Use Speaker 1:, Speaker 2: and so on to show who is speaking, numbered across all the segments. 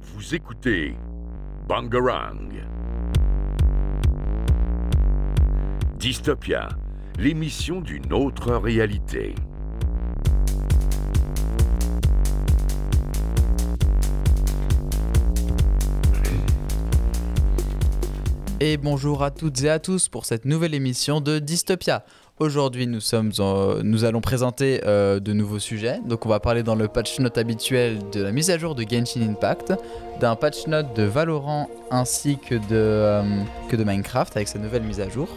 Speaker 1: Vous écoutez Bangarang. Dystopia, l'émission d'une autre réalité.
Speaker 2: Et bonjour à toutes et à tous pour cette nouvelle émission de Dystopia. Aujourd'hui, nous, sommes en- nous allons présenter euh, de nouveaux sujets. Donc, on va parler dans le patch note habituel de la mise à jour de Genshin Impact, d'un patch note de Valorant ainsi que de, euh, que de Minecraft avec sa nouvelle mise à jour.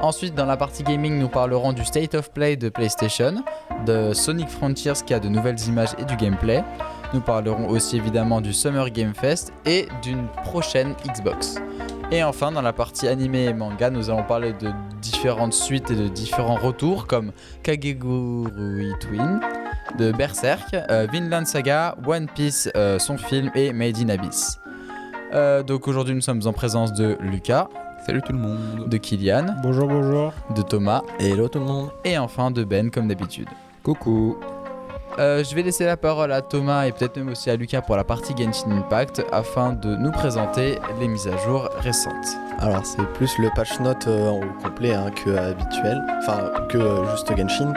Speaker 2: Ensuite, dans la partie gaming, nous parlerons du State of Play de PlayStation, de Sonic Frontiers qui a de nouvelles images et du gameplay. Nous parlerons aussi évidemment du Summer Game Fest et d'une prochaine Xbox. Et enfin, dans la partie animé et manga, nous allons parler de différentes suites et de différents retours comme Kagegurui Twin, de Berserk, euh, Vinland Saga, One Piece, euh, son film et Made in Abyss. Euh, donc aujourd'hui, nous sommes en présence de Lucas,
Speaker 3: Salut tout le monde.
Speaker 2: de Kylian,
Speaker 4: Bonjour, bonjour.
Speaker 2: de Thomas
Speaker 3: Hello tout le monde.
Speaker 2: et enfin de Ben comme d'habitude.
Speaker 3: Coucou.
Speaker 2: Euh, je vais laisser la parole à Thomas et peut-être même aussi à Lucas pour la partie Genshin Impact afin de nous présenter les mises à jour récentes.
Speaker 5: Alors c'est plus le patch note euh, au complet hein, que habituel, enfin que euh, juste Genshin.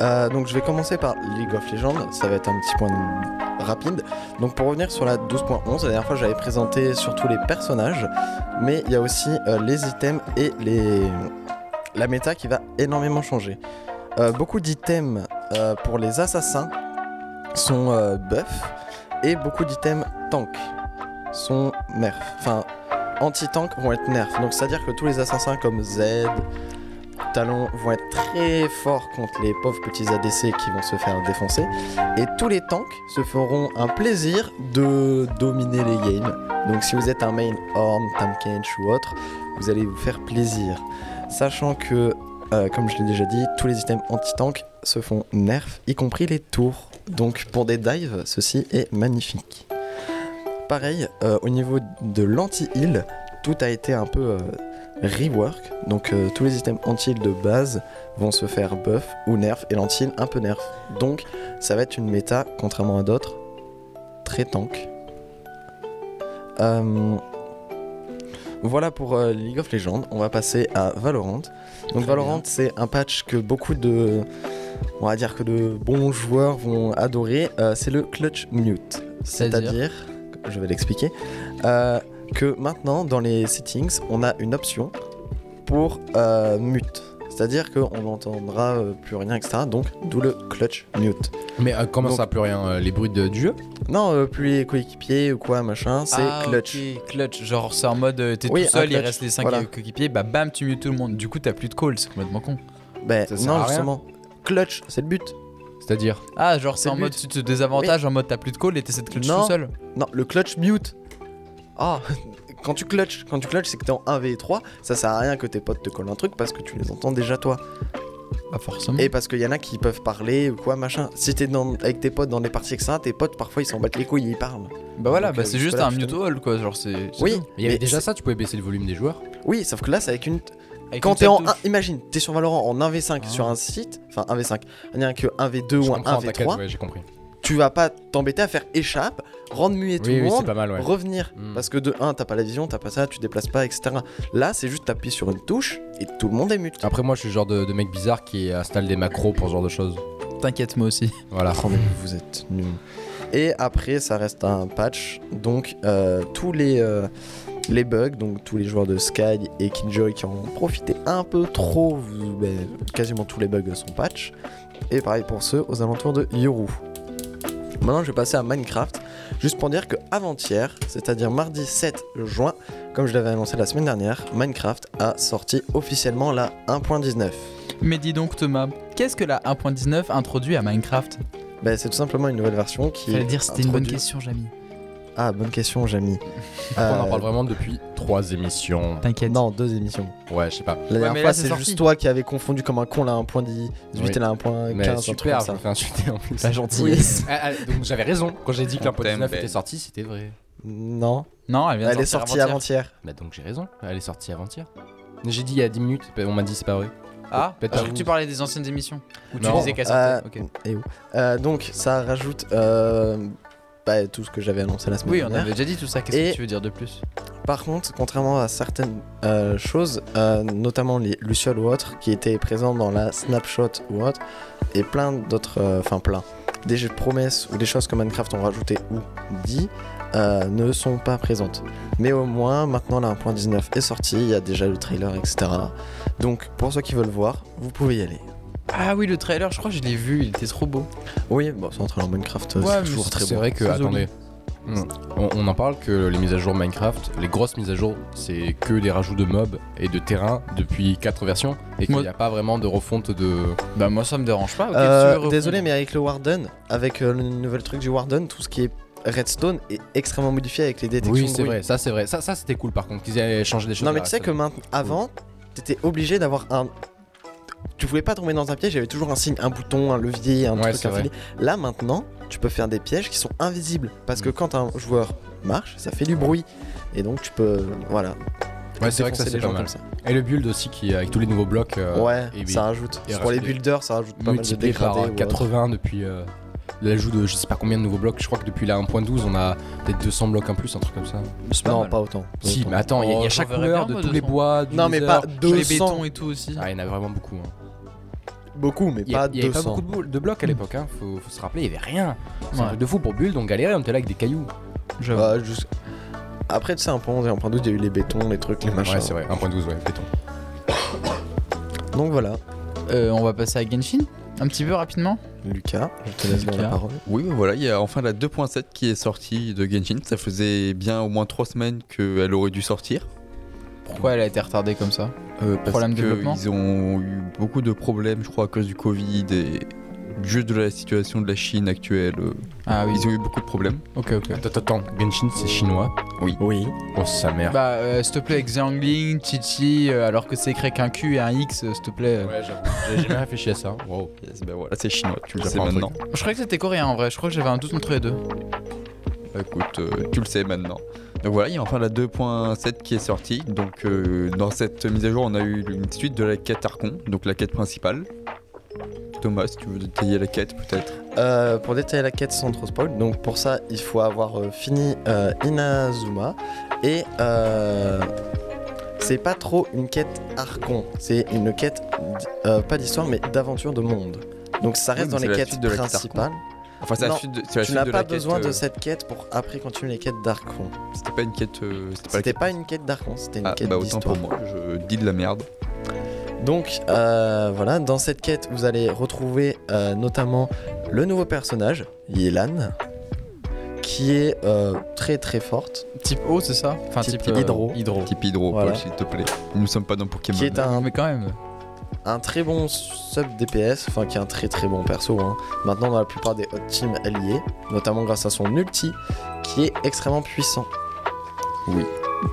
Speaker 5: Euh, donc je vais commencer par League of Legends, ça va être un petit point de- rapide. Donc pour revenir sur la 12.11, la dernière fois j'avais présenté surtout les personnages, mais il y a aussi euh, les items et les... la méta qui va énormément changer. Euh, beaucoup d'items euh, pour les assassins sont euh, buff et beaucoup d'items tank sont nerf. Enfin, anti-tank vont être nerfs. Donc c'est-à-dire que tous les assassins comme Z, Talon vont être très forts contre les pauvres petits ADC qui vont se faire défoncer. Et tous les tanks se feront un plaisir de dominer les games. Donc si vous êtes un main Horn, Tam Kench ou autre, vous allez vous faire plaisir. Sachant que, euh, comme je l'ai déjà dit, tous les items anti-tank se font nerf, y compris les tours. Donc pour des dives, ceci est magnifique. Pareil, euh, au niveau de l'anti-heal, tout a été un peu euh, rework. Donc euh, tous les items anti-heal de base vont se faire buff ou nerf et l'anti-heal un peu nerf. Donc ça va être une méta, contrairement à d'autres, très tank. Euh, Voilà pour euh, League of Legends, on va passer à Valorant. Donc Valorant c'est un patch que beaucoup de on va dire que de bons joueurs vont adorer, Euh, c'est le clutch mute.
Speaker 2: C'est-à-dire
Speaker 5: C'est-à-dire, je vais l'expliquer, euh, que maintenant dans les settings on a une option pour euh, mute. C'est-à-dire qu'on n'entendra euh, plus rien, etc. Donc d'où le clutch mute.
Speaker 3: Mais euh, comment
Speaker 5: Donc-
Speaker 3: ça, plus rien euh, Les bruits de- du jeu
Speaker 5: Non, euh, plus les coéquipiers ou quoi, machin, c'est
Speaker 2: Ah,
Speaker 5: clutch.
Speaker 2: ok, clutch, genre c'est en mode euh, t'es
Speaker 5: Oui,
Speaker 2: tout
Speaker 5: un
Speaker 2: seul, il
Speaker 5: clutch,
Speaker 2: reste les 5
Speaker 5: voilà.
Speaker 2: coéquipiers, bah bam, tu mutes tout le monde. Du coup, t'as plus de call, c'est complètement con.
Speaker 5: Ben
Speaker 3: Ça sert à
Speaker 5: non,
Speaker 3: rien.
Speaker 5: justement. Clutch, c'est le but.
Speaker 3: C'est-à-dire
Speaker 2: Ah, genre c'est
Speaker 5: C'est
Speaker 2: en
Speaker 5: le
Speaker 2: mode
Speaker 5: but.
Speaker 2: tu te désavantages, en mode t'as plus de call et t'essaies de clutch
Speaker 5: Non.
Speaker 2: tout seul.
Speaker 5: Non, le clutch mute. Ah, quand tu clutches, quand tu clutches, c'est que t'es en 1v3, ça sert à rien que tes potes te collent un truc parce que tu les entends déjà toi.
Speaker 2: Pas Ah, forcément.
Speaker 5: Et parce qu'il y en a qui peuvent parler ou quoi, machin. Si t'es dans- avec tes potes dans des parties, etc., tes potes parfois ils s'en battent les couilles, ils parlent.
Speaker 2: bah voilà,
Speaker 5: Donc,
Speaker 2: bah
Speaker 5: euh,
Speaker 2: c'est juste
Speaker 5: jusque-là,
Speaker 2: un
Speaker 5: je
Speaker 2: mute
Speaker 5: t'avoue.
Speaker 2: all quoi, genre c'est. c'est
Speaker 5: Oui,
Speaker 2: tout.
Speaker 3: Il y avait
Speaker 5: mais
Speaker 3: déjà ça, tu pouvais baisser le volume des joueurs.
Speaker 5: Oui, sauf que là, c'est avec une
Speaker 2: Avec
Speaker 5: Quand
Speaker 2: une
Speaker 5: t'es
Speaker 2: seule
Speaker 5: en
Speaker 2: touche.
Speaker 5: 1, imagine, t'es sur Valorant en 1v5
Speaker 2: Ah.
Speaker 5: sur un site, enfin 1v5, il n'y a que 1v2
Speaker 3: Je
Speaker 5: ou un
Speaker 3: comprends, t'inquiète,
Speaker 5: 1v3,
Speaker 3: ouais, j'ai compris.
Speaker 5: tu vas pas t'embêter à faire échappe, rendre muet tout
Speaker 3: Oui,
Speaker 5: le
Speaker 3: oui, c'est
Speaker 5: monde,
Speaker 3: pas mal, ouais.
Speaker 5: revenir.
Speaker 3: Mm.
Speaker 5: Parce que de 1, t'as pas la vision, t'as pas ça, tu déplaces pas, etc. Là, c'est juste t'appuies sur une touche et tout le monde est mute.
Speaker 3: Après, moi, je suis le genre de, de mec bizarre qui installe des macros pour ce genre de choses.
Speaker 2: T'inquiète, moi aussi.
Speaker 3: Voilà.
Speaker 5: Oh, mais vous êtes nuls. Et après, ça reste un patch. Donc, euh, tous les, euh, les bugs, donc tous les joueurs de Sky et Killjoy qui en ont profité un peu trop, vous- ben, quasiment tous les bugs sont patch. Et pareil pour ceux aux alentours de Yoru. Maintenant, je vais passer à Minecraft. Juste pour dire que avant-hier, c'est-à-dire mardi 7 juin, comme je l'avais annoncé la semaine dernière, Minecraft a sorti officiellement la 1.19.
Speaker 2: Mais dis donc, Thomas, qu'est-ce que la 1.19 introduit à Minecraft
Speaker 5: Ben, c'est tout simplement une nouvelle version qui.
Speaker 2: Fallait dire c'était une bonne
Speaker 5: introduit-
Speaker 2: question, Jamy.
Speaker 5: Ah, bonne question, Jamy.
Speaker 3: Après, on en
Speaker 5: Euh,
Speaker 3: parle vraiment depuis trois émissions.
Speaker 2: T'inquiète.
Speaker 5: Non, deux émissions.
Speaker 3: Ouais, je sais pas.
Speaker 5: La dernière
Speaker 2: mais là,
Speaker 5: fois,
Speaker 2: c'est
Speaker 5: c'est
Speaker 2: sorti.
Speaker 5: juste toi qui avais confondu comme un con là 1.18
Speaker 3: Oui.
Speaker 5: et là 1.15.
Speaker 3: Mais
Speaker 5: un truc
Speaker 3: super,
Speaker 5: comme
Speaker 3: je
Speaker 5: ça.
Speaker 3: me fais insulter en plus.
Speaker 2: Pas gentillesse.
Speaker 3: Ah, ah, donc j'avais raison quand j'ai dit que
Speaker 6: On
Speaker 3: l'impôt
Speaker 6: t'aime,
Speaker 3: 19
Speaker 6: Ben.
Speaker 3: était sorti, c'était vrai.
Speaker 5: Non,
Speaker 2: Non, elle vient de
Speaker 5: elle est
Speaker 2: sortir
Speaker 5: sortie avant-hier.
Speaker 3: Bah donc j'ai raison, elle est sortie avant-hier. J'ai dit il y a 10 minutes, on m'a dit c'est pas vrai.
Speaker 2: Ah,
Speaker 3: Peut-être
Speaker 2: je crois que
Speaker 3: avant.
Speaker 2: tu parlais des anciennes émissions. Ou tu
Speaker 3: Non.
Speaker 2: disais qu'elle
Speaker 5: Euh,
Speaker 2: sortait. Ok.
Speaker 5: et où Euh, donc, ça rajoute euh, bah, bah, tout ce que j'avais annoncé la semaine
Speaker 3: Oui, on
Speaker 5: dernière.
Speaker 3: avait déjà dit tout ça. Qu'est-ce
Speaker 5: Et-
Speaker 3: que tu veux dire de plus
Speaker 5: Par contre, contrairement à certaines euh, choses, euh, notamment les Lucioles ou autres, qui étaient présents dans la snapshot ou autre, et plein d'autres, euh, enfin plein, des jeux de promesses ou des choses que Minecraft ont rajouté ou dit, euh, ne sont pas présentes. Mais au moins, maintenant la 1.19 est sortie, il y a déjà le trailer, etc. Donc, pour ceux qui veulent voir, vous pouvez y aller.
Speaker 3: Ah oui, le trailer, je crois que je l'ai vu, il était trop beau.
Speaker 5: Oui, bon, c'est en train de Minecraft, euh,
Speaker 3: Ouais, mais
Speaker 5: c'est toujours très
Speaker 2: C'est
Speaker 5: beau.
Speaker 2: vrai que,
Speaker 3: C'est
Speaker 2: attendez, hmm, on, on en parle que les mises à jour Minecraft, les grosses mises à jour, c'est que des rajouts de mobs et de terrains depuis 4 versions et qu'il
Speaker 3: Moi-
Speaker 2: n'y a pas vraiment de refonte de.
Speaker 3: Bah, moi, ça me dérange pas. ok,
Speaker 5: Euh,
Speaker 3: tu veux
Speaker 5: désolé,
Speaker 3: répondre.
Speaker 5: mais avec le Warden, avec euh, le nouvel truc du Warden, tout ce qui est Redstone est extrêmement modifié avec les détections
Speaker 2: Oui,
Speaker 5: de
Speaker 2: c'est
Speaker 5: bruit.
Speaker 2: vrai, ça c'est vrai. Ça, ça c'était cool par contre qu'ils aient changé des choses.
Speaker 5: Non
Speaker 2: à
Speaker 5: mais
Speaker 2: la
Speaker 5: tu sais que
Speaker 2: Redstone.
Speaker 5: maintenant, avant, t'étais obligé d'avoir un. Tu pouvais pas tomber dans un piège, il y avait toujours un signe, un bouton, un levier, un
Speaker 2: Ouais,
Speaker 5: truc,
Speaker 2: c'est
Speaker 5: un filet. Là maintenant, tu peux faire des pièges qui sont invisibles parce que
Speaker 2: Mm.
Speaker 5: quand un joueur marche, ça fait du bruit et donc tu peux, voilà.
Speaker 2: Ouais, c'est vrai que ça
Speaker 5: défoncer
Speaker 2: c'est
Speaker 5: les
Speaker 2: pas
Speaker 5: gens
Speaker 2: mal.
Speaker 5: comme ça.
Speaker 2: Et le build aussi qui avec tous les nouveaux blocs. euh,
Speaker 5: ouais,
Speaker 2: et oui,
Speaker 5: ça rajoute.
Speaker 2: et
Speaker 5: Pour les
Speaker 2: rajouter-
Speaker 5: builders, ça rajoute pas mal de
Speaker 2: multiplié par
Speaker 5: dégradés.
Speaker 2: euh,
Speaker 5: ou autre.
Speaker 2: 80 depuis euh, l'ajout de je sais pas combien de nouveaux blocs. Je crois que depuis la 1.12, on a peut-être 200 blocs en plus, un truc comme ça.
Speaker 3: C'est pas
Speaker 5: Non,
Speaker 3: mal.
Speaker 5: pas autant.
Speaker 2: Si,
Speaker 5: Autant.
Speaker 2: mais attends, il y a- il y,
Speaker 3: Oh,
Speaker 2: a chaque
Speaker 3: j'en verrais
Speaker 2: couleur
Speaker 3: bien,
Speaker 2: de
Speaker 3: moi,
Speaker 2: tous les
Speaker 3: 200.
Speaker 2: bois. du
Speaker 5: Non mais
Speaker 2: nether.
Speaker 5: pas
Speaker 3: Tous les
Speaker 5: 200.
Speaker 3: bétons et tout aussi.
Speaker 2: Ah, il y en a vraiment beaucoup. hein.
Speaker 5: Beaucoup, mais
Speaker 2: Il y a-
Speaker 5: pas
Speaker 2: il y avait pas
Speaker 5: 200.
Speaker 2: beaucoup de, bou- de blocs à l'époque, hein. faut, faut se rappeler, il y avait rien. C'est
Speaker 3: Ouais.
Speaker 2: un truc de fou pour Build, on galérait, on était là avec des cailloux.
Speaker 3: Je vois.
Speaker 5: Bah, juste- Après, tu sais, un point 11 et un point 12, il y a eu les bétons, les trucs, les machins.
Speaker 2: Ouais, c'est vrai, 1.12, ouais, béton.
Speaker 5: donc voilà,
Speaker 3: Euh, on va passer à Genshin un petit peu rapidement.
Speaker 5: Lucas, je te laisse
Speaker 3: Lucas.
Speaker 5: la parole.
Speaker 7: Oui, ben voilà, il y a enfin la 2.7 qui est sortie de Genshin. Ça faisait bien au moins 3 semaines qu'elle aurait dû sortir.
Speaker 3: Pourquoi elle a été retardée comme ça
Speaker 7: Euh, parce
Speaker 3: Problème de
Speaker 7: que
Speaker 3: développement
Speaker 7: Ils ont eu beaucoup de problèmes, je crois, à cause du Covid et juste de la situation de la Chine actuelle. euh,
Speaker 3: Ah oui.
Speaker 7: Ils ont eu beaucoup de problèmes.
Speaker 3: Ok, ok.
Speaker 2: Attends, attends, attends, Genshin c'est chinois.
Speaker 5: Oui.
Speaker 2: Oh sa mère.
Speaker 3: Bah, euh, s'il te plaît, Xiangling, Chichi, euh, alors que c'est écrit qu'un Q et un X, euh, s'il te plaît.
Speaker 2: Ouais, j'avoue, j'ai jamais réfléchi à ça. Wow.
Speaker 7: Yes, ben voilà, c'est chinois, tu le
Speaker 2: Ça
Speaker 7: sais
Speaker 2: prend un truc.
Speaker 7: maintenant.
Speaker 3: Je croyais que c'était coréen en vrai, je crois que j'avais un doute entre les deux.
Speaker 7: Bah, écoute, euh, tu le sais maintenant. Donc voilà, il y a enfin la 2.7 qui est sortie. Donc euh, dans cette mise à jour, on a eu une suite de la quête Archon, donc la quête principale. Thomas, si tu veux détailler la quête peut-être
Speaker 5: Euh, pour détailler la quête sans trop spoil, donc pour ça il faut avoir euh, fini euh, Inazuma et euh, c'est pas trop une quête archon, c'est une quête d- euh, pas d'histoire mais d'aventure de monde. Donc ça reste
Speaker 7: Oui, mais
Speaker 5: dans
Speaker 7: c'est
Speaker 5: les
Speaker 7: la
Speaker 5: quêtes
Speaker 7: suite de la quête
Speaker 5: principales.
Speaker 7: Enfin, c'est la
Speaker 5: Non,
Speaker 7: suite de, c'est la
Speaker 5: tu
Speaker 7: suite
Speaker 5: n'as
Speaker 7: de
Speaker 5: pas
Speaker 7: la quête,
Speaker 5: besoin de
Speaker 7: euh,
Speaker 5: cette quête pour après continuer les quêtes d'archon.
Speaker 7: C'était pas une quête. euh, c'était pas, la
Speaker 5: C'était
Speaker 7: quête-
Speaker 5: pas une quête d'archon, c'était une
Speaker 7: Ah,
Speaker 5: quête
Speaker 7: bah autant
Speaker 5: d'histoire.
Speaker 7: pour moi, je dis de la merde.
Speaker 5: Donc euh, voilà, dans cette quête, vous allez retrouver euh, notamment le nouveau personnage, Yelan, qui est euh, très très forte,
Speaker 3: Type O, c'est ça Enfin,
Speaker 5: Type
Speaker 3: type, euh,
Speaker 5: hydro.
Speaker 3: Hydro.
Speaker 7: Type hydro,
Speaker 5: Voilà.
Speaker 7: Paul, s'il te plaît. Nous sommes pas dans Pokémon.
Speaker 5: qui est un,
Speaker 3: Mais quand même.
Speaker 5: un très bon sub DPS, enfin qui est un très très bon perso. hein. Maintenant, dans la plupart des hot teams, elle y est, notamment grâce à son ulti, qui est extrêmement puissant.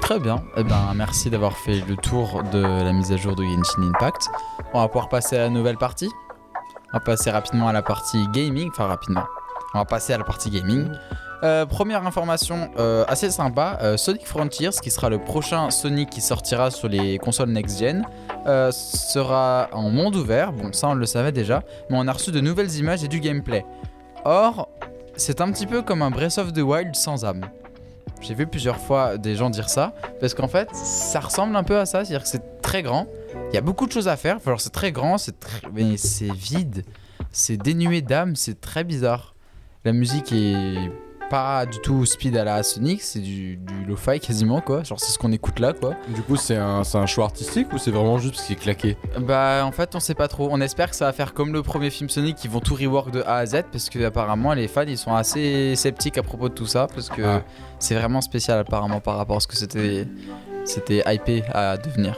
Speaker 3: Très bien. Eh ben, merci d'avoir fait le tour de la mise à jour de Genshin Impact. On va pouvoir passer à la nouvelle partie. On va passer rapidement à la partie gaming. Enfin, rapidement. On va passer à la partie gaming. Euh, première information euh, assez sympa euh, Sonic Frontiers, qui sera le prochain Sonic qui sortira sur les consoles next-gen, euh, sera en monde ouvert. Bon, ça, on le savait déjà. Mais on a reçu de nouvelles images et du gameplay. Or, c'est un petit peu comme un Breath of the Wild sans âme. J'ai vu plusieurs fois des gens dire ça, parce qu'en fait, ça ressemble un peu à ça, c'est-à-dire que c'est très grand, il y a beaucoup de choses à faire, Enfin, alors c'est très grand, c'est très- mais c'est vide, c'est dénué d'âme, c'est très bizarre. La musique est pas du tout speed à la Sonic, c'est du, du lo-fi quasiment, quoi, genre c'est ce qu'on écoute là, quoi.
Speaker 2: Du coup, c'est un, c'est un choix artistique ou c'est vraiment juste parce qu'il est claqué
Speaker 3: Bah en fait on sait pas trop. On espère que ça va faire comme le premier film Sonic, ils vont tout rework de A à Z parce que apparemment les fans ils sont assez sceptiques à propos de tout ça parce que
Speaker 2: Ah.
Speaker 3: c'est vraiment spécial apparemment par rapport à ce que c'était c'était hypé à devenir.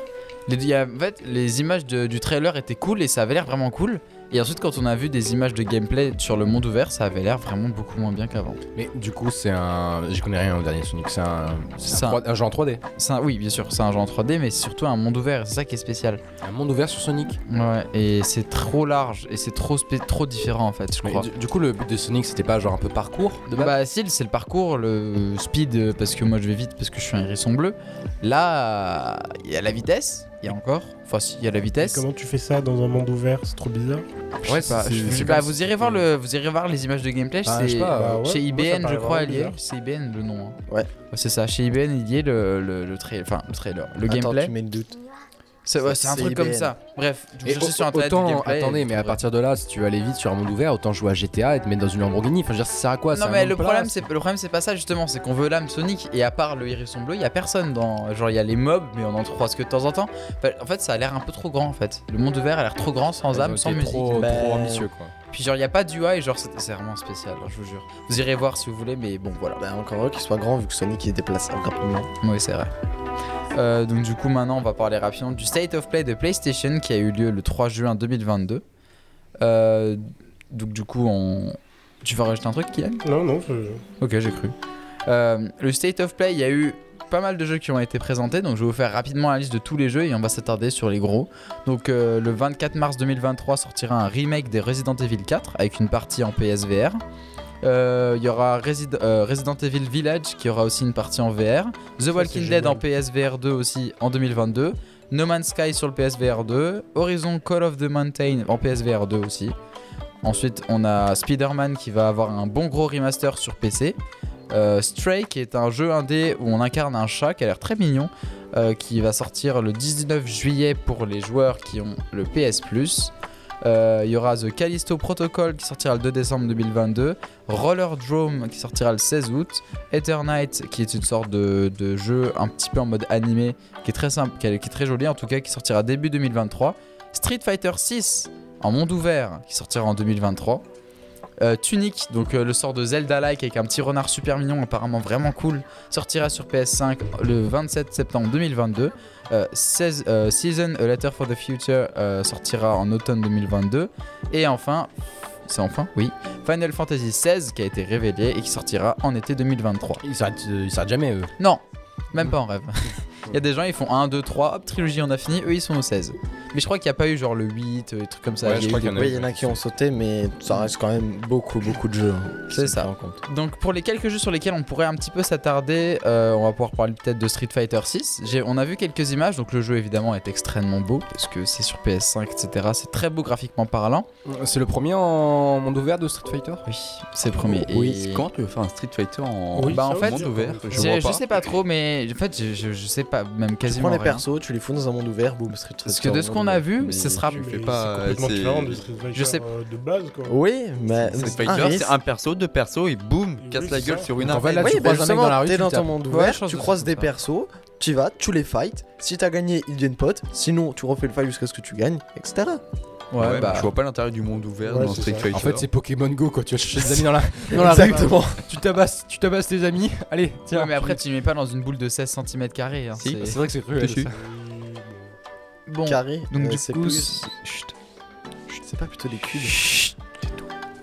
Speaker 3: Les, il y a- en fait les images de- du trailer étaient cool et ça avait l'air vraiment cool. Et ensuite quand on a vu des images de gameplay sur le monde ouvert ça avait l'air vraiment beaucoup moins bien qu'avant.
Speaker 2: Mais du coup, c'est un. J'y connais rien au dernier Sonic, c'est un. C'est
Speaker 3: C'est
Speaker 2: un,
Speaker 3: un-
Speaker 2: 3- un jeu en 3D.
Speaker 3: C'est un- oui bien sûr c'est un jeu en 3D mais c'est surtout un monde ouvert et c'est ça qui est spécial.
Speaker 2: Un monde ouvert sur Sonic.
Speaker 3: Ouais et c'est trop large et c'est trop, spé- trop différent en fait je
Speaker 2: Mais
Speaker 3: crois.
Speaker 2: du, du coup, le but de Sonic, c'était pas genre un peu parcours de base
Speaker 3: Bah si, c'est le parcours, le speed, euh, parce que moi je vais vite, parce que je suis un hérisson bleu. Là, euh, il y a la vitesse, il y a encore. Enfin, si, il y a la vitesse.
Speaker 4: Comment tu fais ça dans un monde ouvert C'est trop bizarre.
Speaker 3: Ouais, bah,
Speaker 2: c'est-
Speaker 3: je-
Speaker 2: c'est
Speaker 3: bah,
Speaker 2: comme
Speaker 3: vous
Speaker 2: si
Speaker 3: irez voir
Speaker 2: c'était-
Speaker 3: le, vous irez voir les images de gameplay.
Speaker 2: Ah,
Speaker 3: c'est
Speaker 2: je sais pas,
Speaker 4: Bah ouais,
Speaker 3: chez
Speaker 4: moi, ça
Speaker 3: IBN, je
Speaker 4: paraît
Speaker 3: crois,
Speaker 4: vraiment
Speaker 3: il y est.
Speaker 4: bizarre.
Speaker 3: C'est IBN le nom. hein.
Speaker 5: Ouais.
Speaker 3: C'est ça. Chez IBN, il y est le le, le tra- enfin le trailer, le
Speaker 5: Attends,
Speaker 3: gameplay.
Speaker 5: tu mets le doute.
Speaker 3: C'est ouais, c'est un
Speaker 5: c'est
Speaker 3: truc
Speaker 5: IBN.
Speaker 3: comme ça. Bref, vous
Speaker 2: Et
Speaker 3: cherchez
Speaker 2: au-
Speaker 3: sur internet.
Speaker 2: autant,
Speaker 3: du gameplay,
Speaker 2: attendez,
Speaker 3: vous
Speaker 2: mais à
Speaker 3: trouverez.
Speaker 2: partir de là, si tu veux aller vite sur un monde ouvert, autant jouer à GTA et te mettre dans une Lamborghini. Enfin, je veux dire, ça sert à quoi C'est
Speaker 3: Non
Speaker 2: un
Speaker 3: mais
Speaker 2: monde
Speaker 3: le
Speaker 2: plat,
Speaker 3: problème c'est le problème c'est pas ça justement c'est qu'on veut l'âme Sonic et à part le hérisson bleu il y a personne dans genre il y a les mobs mais on en croise que de temps en temps Enfin, en fait ça a l'air un peu trop grand en fait le monde ouvert a l'air trop grand sans
Speaker 2: Ils ont
Speaker 3: âme sans
Speaker 2: été
Speaker 3: musique
Speaker 2: Trop,
Speaker 5: Bah,
Speaker 2: trop ambitieux, quoi.
Speaker 3: puis genre il y a pas d'UI et genre c'est c'est vraiment spécial hein, je vous jure vous irez voir si vous voulez mais bon voilà
Speaker 5: Bah, encore heureux qu'il soit grand vu que Sonic il se déplace rapidement.
Speaker 3: Oui, c'est vrai. Euh, donc du coup maintenant on va parler rapidement du State of Play de PlayStation qui a eu lieu le 3 juin 2022. Euh, donc du coup on... Tu veux rajouter un truc Kylian
Speaker 4: Non, non, je-
Speaker 3: Ok j'ai cru. Euh, le State of Play il y a eu pas mal de jeux qui ont été présentés donc je vais vous faire rapidement la liste de tous les jeux et on va s'attarder sur les gros. Donc euh, le 24 mars 2023 sortira un remake des Resident Evil 4 avec une partie en PSVR. Euh, Il y aura Resi- euh, Resident Evil Village qui aura aussi une partie en VR. The Walking
Speaker 4: c'est
Speaker 3: Dead en
Speaker 4: génial.
Speaker 3: PSVR 2 aussi en 2022. No Man's Sky sur le PSVR 2. Horizon Call of the Mountain en PSVR 2 aussi. Ensuite, on a Spider-Man qui va avoir un bon gros remaster sur PC. Euh, Stray qui est un jeu indé où on incarne un chat qui a l'air très mignon euh, qui va sortir le 19 juillet pour les joueurs qui ont le PS Plus. Euh, Il y aura The Callisto Protocol qui sortira le 2 décembre 2022, Roller Drome qui sortira le 16 août, Eternite qui est une sorte de, de jeu un petit peu en mode animé qui est très simple, qui est, qui est très joli en tout cas, qui sortira début 2023, Street Fighter 6 en monde ouvert qui sortira en 2023. Euh, Tunic, donc euh, le sort de Zelda-like avec un petit renard super mignon, apparemment vraiment cool, sortira sur PS5 le 27 septembre 2022. Euh, 16, euh, Season A Letter for the Future euh, sortira en automne 2022. Et enfin, c'est enfin, oui, Final Fantasy XVI qui a été révélé et qui sortira en été 2023.
Speaker 2: Ils s'arrêtent euh, ils s'arrêtent jamais, eux.
Speaker 3: Non, même pas en rêve. Il y a des gens, ils font 1, 2, 3, hop, trilogie, on a fini, eux ils sont au 16. Mais je crois qu'il n'y a pas eu genre le 8, euh, des trucs comme ça.
Speaker 2: Ouais,
Speaker 3: Il y
Speaker 2: je crois
Speaker 3: a eu
Speaker 2: qu'il y en a
Speaker 5: Oui, il y en a qui ont sauté, mais ça reste quand même beaucoup, beaucoup de jeux. hein, qui
Speaker 3: C'est
Speaker 5: sont
Speaker 3: ça.
Speaker 5: pris en compte.
Speaker 3: Donc pour les quelques jeux sur lesquels on pourrait un petit peu s'attarder, euh, on va pouvoir parler peut-être de Street Fighter 6. On a vu quelques images, donc le jeu évidemment est extrêmement beau parce que c'est sur PS5, etc. C'est très beau graphiquement parlant.
Speaker 2: C'est le premier en monde ouvert de Street Fighter
Speaker 3: Oui, c'est le premier.
Speaker 7: Oui.
Speaker 3: Et-
Speaker 7: Comment tu veux faire un Street Fighter en
Speaker 4: Oui,
Speaker 3: bah, en
Speaker 4: ça,
Speaker 3: fait,
Speaker 4: monde
Speaker 7: ouvert,
Speaker 4: comment on peut
Speaker 7: je
Speaker 4: faire.
Speaker 7: vois
Speaker 3: Je, je
Speaker 7: pas.
Speaker 3: sais pas trop, mais en fait, je, je- je sais pas même
Speaker 5: Tu prends
Speaker 3: quasiment
Speaker 5: les
Speaker 3: rien.
Speaker 5: persos, tu les fous dans un monde ouvert, boum, Street Fighter.
Speaker 3: Parce que de ce qu'on a vu, ce sera.
Speaker 7: tu
Speaker 4: Mais
Speaker 7: fais pas,
Speaker 4: C'est complètement
Speaker 7: c'est- Oh.
Speaker 4: différent du Street Fighter
Speaker 3: Je sais-
Speaker 4: euh, de base, quoi.
Speaker 5: Oui, mais
Speaker 7: Street
Speaker 5: c'est un
Speaker 7: Fighter,
Speaker 5: risque.
Speaker 7: c'est un perso, deux persos et boum,
Speaker 4: Oui,
Speaker 7: casse
Speaker 4: c'est
Speaker 7: la gueule
Speaker 4: ça.
Speaker 7: sur une
Speaker 2: Donc, en fait,
Speaker 7: arène.
Speaker 2: là,
Speaker 5: oui,
Speaker 2: tu
Speaker 5: bah
Speaker 2: croises un mec
Speaker 5: justement,
Speaker 2: dans la rue,
Speaker 5: t'es
Speaker 2: tu
Speaker 5: dans
Speaker 2: tapes.
Speaker 5: ton monde
Speaker 3: ah, Ouais,
Speaker 5: ouvert,
Speaker 3: je pense
Speaker 5: tu
Speaker 3: que
Speaker 5: croises
Speaker 3: c'est
Speaker 5: des
Speaker 3: comme
Speaker 5: persos, tu y vas, tu les fights. Si t'as gagné, ils deviennent potes. Sinon, tu refais le fight jusqu'à ce que tu gagnes, etc.
Speaker 3: Ouais,
Speaker 7: Ouais, mais
Speaker 3: bah.
Speaker 7: Je vois pas l'intérêt du monde ouvert
Speaker 4: Ouais,
Speaker 7: dans
Speaker 4: c'est
Speaker 7: Street
Speaker 4: ça.
Speaker 7: Fighter.
Speaker 2: En fait, c'est Pokémon Go, quoi. Tu vas chercher des amis dans la, dans la rue.
Speaker 5: Exactement.
Speaker 2: Tu tabasses, tu tabasses tes amis. Allez, tiens.
Speaker 3: Ouais, mais après, tu ne mets pas dans une boule de 16 cm. Hein,
Speaker 7: Si,
Speaker 3: c'est-
Speaker 2: C'est vrai que c'est cruel.
Speaker 7: Si, si.
Speaker 2: ça.
Speaker 3: Bon,
Speaker 5: Carré.
Speaker 3: donc
Speaker 5: euh,
Speaker 3: du
Speaker 5: c'est
Speaker 3: coup,
Speaker 5: plus-
Speaker 3: c'est- Chut.
Speaker 5: Chut, C'est pas plutôt des cubes.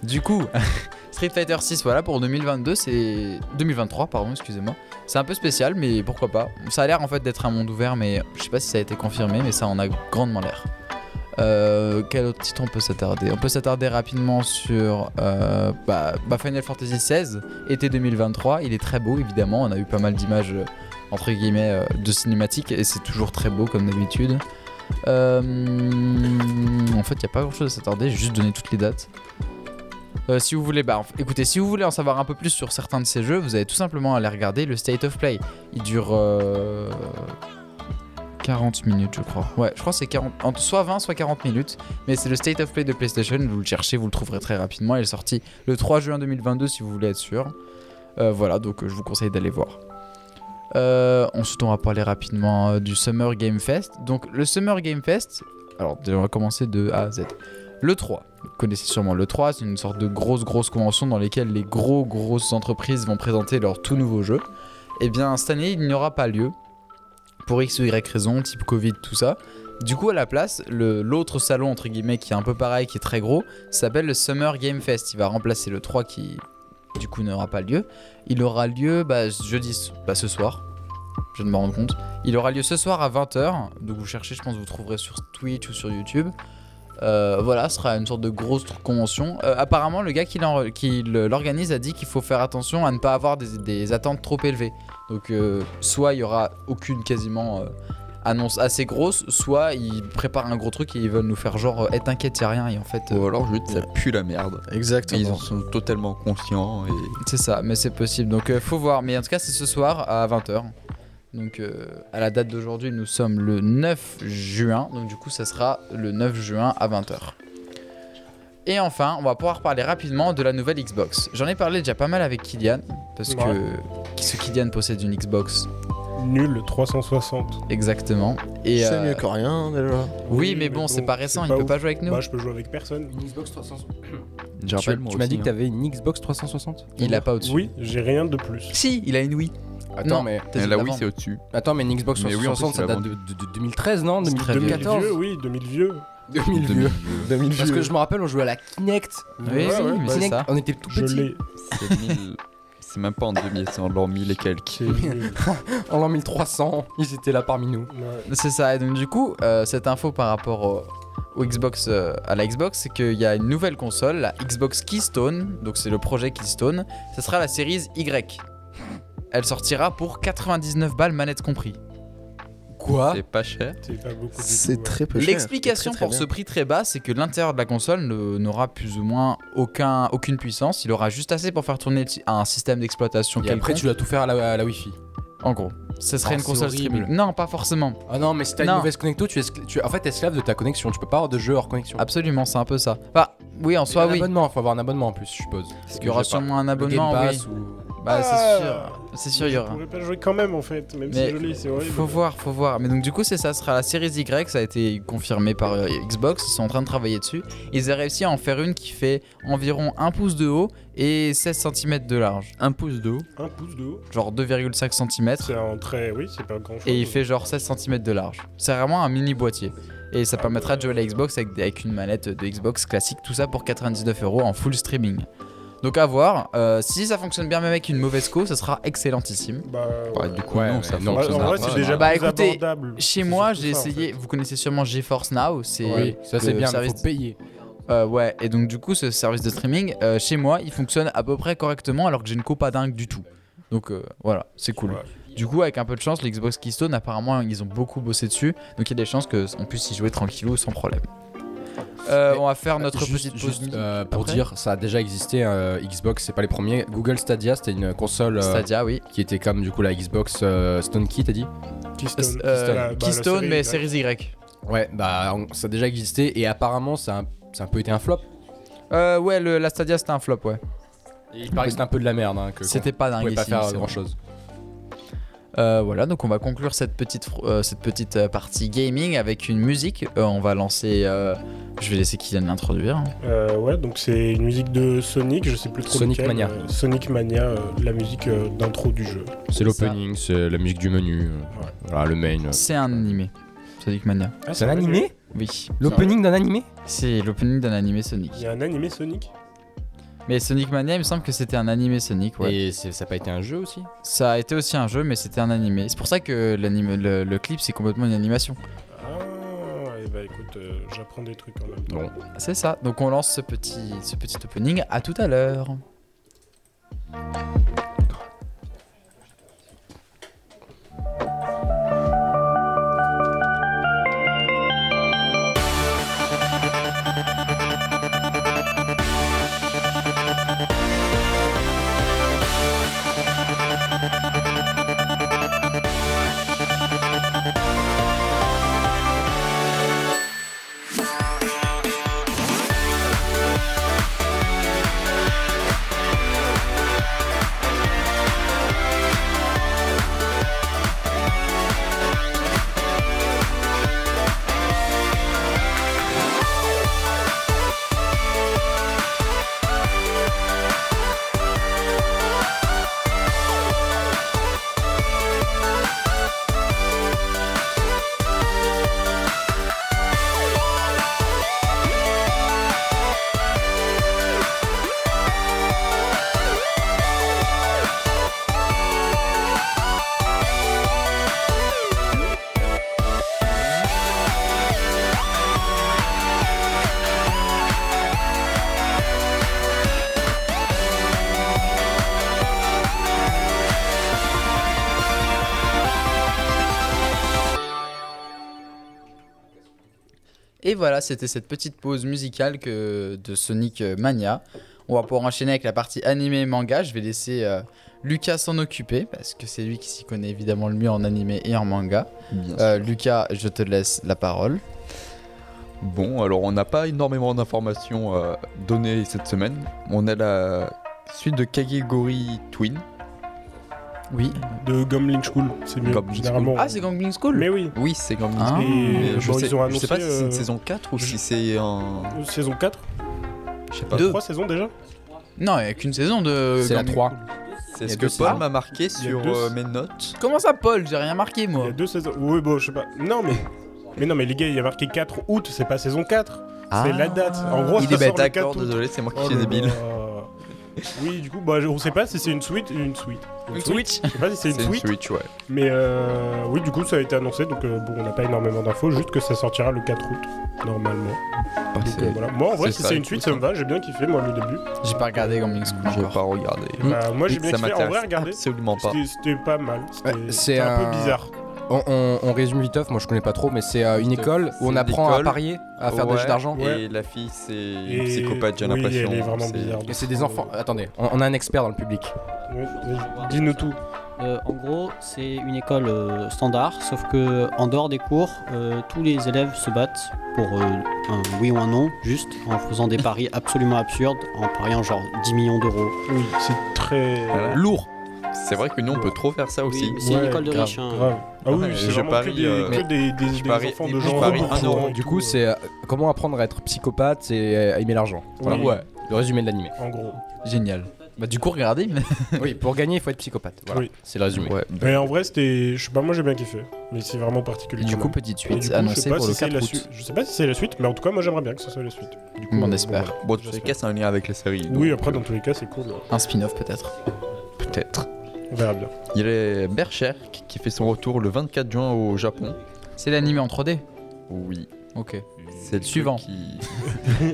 Speaker 3: Du coup, Street Fighter 6, voilà, pour 2022, c'est. 2023, pardon, excusez-moi. C'est un peu spécial, mais pourquoi pas. Ça a l'air en fait d'être un monde ouvert, mais je sais pas si ça a été confirmé, mais ça en a grandement l'air. Euh, quel autre titre on peut s'attarder On peut s'attarder rapidement sur euh, bah, bah, Final Fantasy XVI, été 2023. Il est très beau, évidemment. On a eu pas mal d'images, euh, entre guillemets, euh, de cinématiques, et c'est toujours très beau comme d'habitude. Euh, en fait, il n'y a pas grand chose à s'attarder, j'ai juste donné toutes les dates. Euh, si vous voulez, bah, enf- écoutez, si vous voulez en savoir un peu plus sur certains de ces jeux, vous avez tout simplement à aller regarder le State of Play. Il dure euh, 40 minutes, je crois. Ouais, je crois que c'est 40, entre soit 20, soit 40 minutes. Mais c'est le State of Play de PlayStation. Vous le cherchez, vous le trouverez très rapidement. Il est sorti le 3 juin 2022, si vous voulez être sûr. Euh, voilà, donc euh, je vous conseille d'aller voir. Euh, ensuite, on va parler rapidement euh, du Summer Game Fest. Donc, le Summer Game Fest, alors on va commencer de A à Z. Le 3, vous connaissez sûrement le 3, c'est une sorte de grosse grosse convention dans laquelle les gros grosses entreprises vont présenter leurs tout nouveaux jeux. Eh bien cette année il n'y aura pas lieu pour x ou y raison, type Covid, tout ça. Du coup à la place, le- l'autre salon entre guillemets qui est un peu pareil, qui est très gros, s'appelle le Summer Game Fest. Il va remplacer le 3 qui du coup n'aura pas lieu. Il aura lieu bah, jeudi, bah, ce soir. Je viens de me rendre compte. Il aura lieu ce soir à 20h. Donc vous cherchez, je pense, vous trouverez sur Twitch ou sur YouTube. Euh, voilà, ce sera une sorte de grosse tr- convention. Euh, apparemment, le gars qui l'en- qui le- l'organise a dit qu'il faut faire attention à ne pas avoir des, des attentes trop élevées. Donc, euh, soit il y aura aucune quasiment euh, annonce assez grosse, soit ils préparent un gros truc et ils veulent nous faire genre, et t'inquiète, y a rien. Et en fait, euh,
Speaker 7: Ou alors juste ça pue la merde. Mais ils en
Speaker 5: Exactement.
Speaker 7: sont totalement conscients et
Speaker 3: c'est ça, mais c'est possible. Donc euh, faut voir. Mais en tout cas, c'est ce soir à 20h. Donc euh, à la date d'aujourd'hui, nous sommes le 9 juin. Donc du coup, ça sera le 9 juin à 20h. Et enfin, on va pouvoir parler rapidement de la nouvelle Xbox. J'en ai parlé déjà pas mal avec Kylian, parce
Speaker 4: Ouais.
Speaker 3: que ce Kylian possède une Xbox,
Speaker 4: Nul 360.
Speaker 3: exactement. Et
Speaker 5: C'est
Speaker 3: euh,
Speaker 5: mieux que rien déjà.
Speaker 3: Oui, mais bon, c'est pas récent, il peut
Speaker 4: ouf.
Speaker 3: pas jouer avec nous.
Speaker 4: Bah, je peux jouer avec personne.
Speaker 2: Une Xbox 360.
Speaker 7: Je
Speaker 2: Tu,
Speaker 7: rappelle, moi
Speaker 2: tu m'as
Speaker 7: aussi,
Speaker 2: dit que
Speaker 7: hein.
Speaker 2: t'avais une Xbox 360
Speaker 3: Il a pas au-dessus.
Speaker 4: Oui, j'ai rien de plus.
Speaker 3: Si, il a une Wii.
Speaker 2: Attends,
Speaker 3: Non.
Speaker 2: mais,
Speaker 3: T'as dit
Speaker 7: là oui
Speaker 3: avant.
Speaker 7: Eh, c'est au-dessus.
Speaker 2: attends, mais une Xbox
Speaker 7: Mais oui, en plus,
Speaker 2: 360,
Speaker 7: il l'a
Speaker 2: ça date de, de- de 2013, non
Speaker 3: C'est très
Speaker 4: 2000
Speaker 2: 2014
Speaker 4: vieux, oui, 2000 vieux.
Speaker 2: 2000 vieux.
Speaker 5: 2000
Speaker 2: Parce que je me rappelle, on jouait à la Kinect.
Speaker 3: Oui,
Speaker 2: Ouais,
Speaker 3: oui,
Speaker 2: ouais,
Speaker 3: mais c'est
Speaker 2: Kinect,
Speaker 3: ça.
Speaker 2: On était tout
Speaker 4: Je
Speaker 2: petits.
Speaker 4: l'ai.
Speaker 7: C'est 1000 c'est même pas en demi, c'est en l'an 1000 et quelques.
Speaker 4: C'est nul.
Speaker 2: En l'an 1300, ils étaient là parmi nous.
Speaker 4: Ouais.
Speaker 3: C'est ça, et donc du coup, euh, cette info par rapport au, au Xbox, euh, à la Xbox, c'est qu'il y a une nouvelle console, la Xbox Keystone, donc c'est le projet Keystone, ce sera la série Y. Elle sortira pour 99 balles, manette compris.
Speaker 2: Quoi
Speaker 7: C'est pas cher.
Speaker 4: C'est pas beaucoup. du tout,
Speaker 5: C'est
Speaker 4: ouais.
Speaker 5: très peu cher.
Speaker 3: L'explication
Speaker 5: C'est très,
Speaker 3: pour
Speaker 5: très
Speaker 3: ce prix très bas, c'est que l'intérieur de la console ne- n'aura plus ou moins aucun, aucune puissance, il aura juste assez pour faire tourner le si- un système d'exploitation
Speaker 2: Et après,
Speaker 3: quelconque.
Speaker 2: tu dois tout faire à la, à la Wi-Fi.
Speaker 3: En gros, ce
Speaker 2: Oh,
Speaker 3: serait une
Speaker 2: c'est
Speaker 3: console
Speaker 2: horrible.
Speaker 3: streaming. Non, pas forcément.
Speaker 2: Ah non, mais si t'as une
Speaker 3: Non.
Speaker 2: mauvaise connecto, tu es, escl- tu, en fait, t'es esclave de ta connexion. Tu peux pas avoir de jeu hors connexion.
Speaker 3: Absolument, c'est un peu ça. Enfin, oui, en
Speaker 2: Il y a
Speaker 3: soi,
Speaker 2: un
Speaker 3: Ah, bah, oui.
Speaker 2: abonnement, faut avoir un abonnement en plus, je suppose.
Speaker 3: Il y aura sûlement un abonnement,
Speaker 2: le Game
Speaker 3: oui.
Speaker 2: Pass ou...
Speaker 3: Bah, c'est
Speaker 4: Ah.
Speaker 3: sûr. C'est sûr, il y
Speaker 4: Je
Speaker 3: aura.
Speaker 4: pourrais pas jouer quand même en fait, même
Speaker 3: Mais
Speaker 4: si je l'ai, c'est horrible.
Speaker 3: Faut voir, faut voir. Mais donc du coup, c'est ça, ce sera la série Y, ça a été confirmé par euh, Xbox, ils sont en train de travailler dessus. Ils ont réussi à en faire une qui fait environ 1 pouce de haut et 16 cm de large,
Speaker 7: Un pouce de haut.
Speaker 4: Un pouce de haut.
Speaker 3: genre 2,5 cm
Speaker 4: C'est un trait, oui, c'est pas grand chose.
Speaker 3: et il fait genre 16 cm de large. C'est vraiment un mini boîtier. Et ça
Speaker 4: Ah
Speaker 3: permettra de
Speaker 4: ouais.
Speaker 3: jouer à la Xbox avec, avec une manette de Xbox classique, tout ça pour 99 euros en full streaming. Donc à voir, euh, si ça fonctionne bien même avec une mauvaise co, ça sera excellentissime.
Speaker 4: Bah,
Speaker 7: Bah,
Speaker 4: ouais.
Speaker 7: du coup,
Speaker 2: Ouais,
Speaker 7: non,
Speaker 2: mais
Speaker 7: ça
Speaker 2: non,
Speaker 4: Bah,
Speaker 7: fonctionne
Speaker 4: en vrai,
Speaker 7: pas.
Speaker 4: c'est déjà
Speaker 3: Bah,
Speaker 4: plus
Speaker 3: écoutez,
Speaker 4: abordable.
Speaker 3: Chez
Speaker 4: C'est
Speaker 3: moi,
Speaker 4: surtout
Speaker 3: j'ai
Speaker 4: ça, en
Speaker 3: essayé, vous connaissez sûrement GeForce Now, c'est euh,
Speaker 2: Oui, ça c'est
Speaker 3: le
Speaker 2: bien, mais
Speaker 3: service-
Speaker 2: faut payer.
Speaker 3: Euh, ouais, et donc du coup, ce service de streaming, euh, chez moi, il fonctionne à peu près correctement alors que j'ai une coupe pas dingue du tout. Donc euh, voilà, c'est cool. Du coup, avec un peu de chance, l'Xbox Keystone, apparemment, ils ont beaucoup bossé dessus. Donc il y a des chances qu'on puisse y jouer tranquillou sans problème. Euh,
Speaker 2: Mais-
Speaker 3: on va faire notre petite pause.
Speaker 2: juste, euh, pour
Speaker 3: après.
Speaker 2: dire, ça a déjà existé. euh, Xbox, c'est pas les premiers. Google Stadia, c'était une console euh,
Speaker 3: Stadia, oui.
Speaker 2: qui était comme du coup la Xbox euh, Stone Key, t'as dit
Speaker 4: Keystone,
Speaker 3: Euh,
Speaker 4: Keystone, la- bah, la
Speaker 3: Keystone, mais
Speaker 4: Y.
Speaker 3: série Y.
Speaker 2: Ouais, bah on- ça a déjà existé et apparemment ça a, ça a un peu été un flop.
Speaker 3: Euh, ouais, le- la Stadia, c'était un flop, ouais.
Speaker 2: Et il paraît que c'était un peu de la merde. Hein, que
Speaker 3: C'était pas
Speaker 2: qu'on
Speaker 3: dingue.
Speaker 2: pouvait pas
Speaker 3: ici,
Speaker 2: faire
Speaker 3: c'est
Speaker 2: grand
Speaker 3: vrai.
Speaker 2: chose.
Speaker 3: Euh, voilà, donc on va conclure cette petite, fr- euh, cette petite euh, partie gaming avec une musique. Euh, on va lancer. euh, je vais laisser Kylian l'introduire. hein.
Speaker 4: Euh, ouais, donc c'est une musique de Sonic, je sais plus trop
Speaker 2: Sonic
Speaker 4: lequel,
Speaker 2: Mania.
Speaker 4: euh, Sonic Mania, euh, la musique euh, d'intro du jeu.
Speaker 2: C'est
Speaker 3: l'opening,
Speaker 2: l'opening, c'est la musique du menu, euh, voilà le main. euh.
Speaker 3: C'est un animé, Sonic Mania.
Speaker 4: Ah,
Speaker 2: C'est un animé
Speaker 3: Oui,
Speaker 2: L'opening d'un animé
Speaker 3: c'est l'opening d'un animé Sonic.
Speaker 4: Il y a un animé Sonic
Speaker 3: Mais Sonic Mania, il me semble que c'était un animé Sonic, ouais.
Speaker 2: Et c'est- ça a pas été un jeu aussi
Speaker 3: Ça a été aussi un jeu, mais c'était un animé. C'est pour ça que l'anime- le, le clip, c'est complètement une animation.
Speaker 4: Ah, et bah écoute, euh, j'apprends des trucs en même temps.
Speaker 2: Bon.
Speaker 3: C'est ça, donc on lance ce petit, ce petit opening. À tout à l'heure.
Speaker 8: Thank
Speaker 3: Et voilà, c'était cette petite pause musicale que de Sonic Mania. On va pouvoir enchaîner avec la partie animé et manga. Je vais laisser euh, Lucas s'en occuper parce que c'est lui qui s'y connaît évidemment le mieux en animé et en manga.
Speaker 7: Bien
Speaker 3: Euh, Lucas, je te laisse la parole.
Speaker 7: Bon, alors on n'a pas énormément d'informations euh, données cette semaine. On a la suite de Kagegori Twin.
Speaker 3: Oui.
Speaker 4: De Gambling School, c'est mieux.
Speaker 7: Gambling
Speaker 4: généralement.
Speaker 3: Ah, c'est Gangbling School
Speaker 4: Mais oui.
Speaker 7: Oui, c'est Grand
Speaker 3: Ah.
Speaker 7: Mais
Speaker 4: Et
Speaker 7: je,
Speaker 4: bon,
Speaker 7: sais,
Speaker 4: ils ont
Speaker 7: je
Speaker 4: annoncé
Speaker 7: sais pas si c'est
Speaker 4: euh,
Speaker 7: une saison 4 ou
Speaker 4: je-
Speaker 7: si c'est un.
Speaker 4: euh, saison 4
Speaker 7: Je sais pas.
Speaker 3: Deux.
Speaker 4: Trois saisons déjà
Speaker 3: Non, il n'y a qu'une saison de.
Speaker 2: C'est la
Speaker 3: Gangbling-
Speaker 2: 3.
Speaker 7: C'est
Speaker 3: Il y a
Speaker 7: ce
Speaker 3: deux
Speaker 7: que
Speaker 3: saisons.
Speaker 7: Paul m'a marqué
Speaker 4: y a
Speaker 7: sur
Speaker 4: deux-
Speaker 7: euh, mes notes.
Speaker 3: Comment ça, Paul J'ai rien marqué,
Speaker 4: Il y
Speaker 3: moi.
Speaker 4: a deux saisons. Oui, bon, je sais pas. Non, mais. Mais non, mais les gars, il y a marqué 4 août, c'est pas saison 4. C'est la date. En gros,
Speaker 7: Ah.
Speaker 4: ça
Speaker 7: Il est
Speaker 4: sort
Speaker 7: bête,
Speaker 4: le
Speaker 7: d'accord,
Speaker 4: 4 août.
Speaker 7: désolé, c'est moi qui
Speaker 4: Oh
Speaker 7: suis
Speaker 4: là
Speaker 7: débile.
Speaker 4: là. Oui, du coup, bah, je- on sait pas si c'est une suite. Une suite. Une suite Je sais pas si c'est une suite.
Speaker 7: Switch, ouais.
Speaker 4: Mais euh, oui, du coup, ça a été annoncé, donc euh, bon, on n'a pas énormément d'infos, juste que ça sortira le 4 août, normalement.
Speaker 5: Ah,
Speaker 4: Donc, euh, voilà. Moi, en vrai,
Speaker 7: c'est
Speaker 4: si
Speaker 7: ça,
Speaker 4: c'est une
Speaker 7: écoute,
Speaker 4: suite, ça me va, j'ai bien kiffé, moi, le début.
Speaker 3: J'ai pas regardé Gangbling School
Speaker 7: Je vais
Speaker 3: encore.
Speaker 7: pas regarder.
Speaker 4: Bah, moi, j'ai bien
Speaker 7: Mmh. ça
Speaker 4: kiffé. En vrai,
Speaker 7: m'intéresse Ah,
Speaker 4: regardez.
Speaker 7: absolument pas.
Speaker 4: C'était- C'était pas mal. C'était
Speaker 2: Ouais, c'est
Speaker 4: c'était un,
Speaker 2: un-
Speaker 4: peu bizarre.
Speaker 2: On, on- on résume vite off, moi je connais pas trop, mais c'est euh, une
Speaker 7: Viteuf,
Speaker 2: école
Speaker 7: c'est
Speaker 2: où on
Speaker 7: une
Speaker 2: apprend à
Speaker 7: école.
Speaker 2: parier,
Speaker 3: Ah,
Speaker 2: à faire des
Speaker 7: Ouais,
Speaker 2: jeux d'argent.
Speaker 4: Ouais.
Speaker 7: Et la fille, c'est
Speaker 4: Et-
Speaker 7: une psychopathe, j'ai
Speaker 4: oui,
Speaker 7: l'impression.
Speaker 4: Elle est vraiment
Speaker 7: c'est-
Speaker 4: bizarre.
Speaker 2: Et c'est des enfants. Attendez, on, on a un expert dans le public.
Speaker 4: Ouais, vas-y, Dis-nous tout.
Speaker 8: Euh, en gros, c'est une école euh, standard, sauf que en dehors des cours, euh, tous les élèves se battent pour euh, un oui ou un non, juste en faisant des paris absolument absurdes, en pariant genre 10 millions d'euros.
Speaker 4: Oui, c'est très.
Speaker 3: Ah
Speaker 7: Voilà.
Speaker 2: Lourd
Speaker 7: C'est vrai que nous, on peut trop faire ça aussi.
Speaker 8: Oui, mais c'est une
Speaker 4: Ouais,
Speaker 8: école de
Speaker 2: grave,
Speaker 8: riches. hein.
Speaker 4: Grave. Ah oui,
Speaker 7: Ouais,
Speaker 4: c'est
Speaker 7: je
Speaker 4: vraiment
Speaker 7: parie,
Speaker 4: que des,
Speaker 7: euh,
Speaker 4: que des, des- des
Speaker 7: parie-
Speaker 4: enfants
Speaker 7: je
Speaker 4: de gens.
Speaker 7: parie
Speaker 4: gros
Speaker 7: un
Speaker 4: bourgeois
Speaker 7: euro,
Speaker 4: et
Speaker 2: Du
Speaker 4: tout,
Speaker 2: coup,
Speaker 4: euh,
Speaker 2: c'est euh, comment apprendre à être psychopathe et euh, à aimer l'argent. Voilà.
Speaker 4: Oui.
Speaker 2: Ouais, le résumé de l'animé.
Speaker 4: En gros.
Speaker 3: Génial. Bah, du coup, regardez.
Speaker 2: oui, pour gagner, il faut être psychopathe. Voilà,
Speaker 4: Oui.
Speaker 2: c'est le résumé.
Speaker 7: Ouais,
Speaker 4: Mais en vrai, c'était. Je sais pas, moi, j'ai bien kiffé. Mais c'est vraiment particulier.
Speaker 3: Et du
Speaker 4: quand
Speaker 3: coup,
Speaker 4: même.
Speaker 3: petite
Speaker 4: Et du
Speaker 3: suite
Speaker 4: coup, je sais
Speaker 3: annoncée
Speaker 4: pas
Speaker 3: pour
Speaker 4: si
Speaker 3: le
Speaker 4: c'est
Speaker 3: 4
Speaker 4: la
Speaker 3: août.
Speaker 4: suite. Je sais pas si c'est la suite, mais en tout cas, moi, j'aimerais bien que ce soit la suite. Du
Speaker 3: On
Speaker 4: bon,
Speaker 3: espère.
Speaker 4: voilà.
Speaker 7: Bon, dans tous les cas, c'est un lien avec les séries. donc,
Speaker 4: Oui, après, dans tous les cas, c'est cool.
Speaker 3: Un spin-off peut-être.
Speaker 7: Peut-être.
Speaker 4: On verra bien.
Speaker 7: Il est Berserk qui fait son retour le 24 juin au Japon.
Speaker 3: C'est l'animé en 3D
Speaker 7: Oui.
Speaker 3: Ok.
Speaker 4: Ah,
Speaker 7: C'est le
Speaker 3: Suivant.
Speaker 7: truc qui-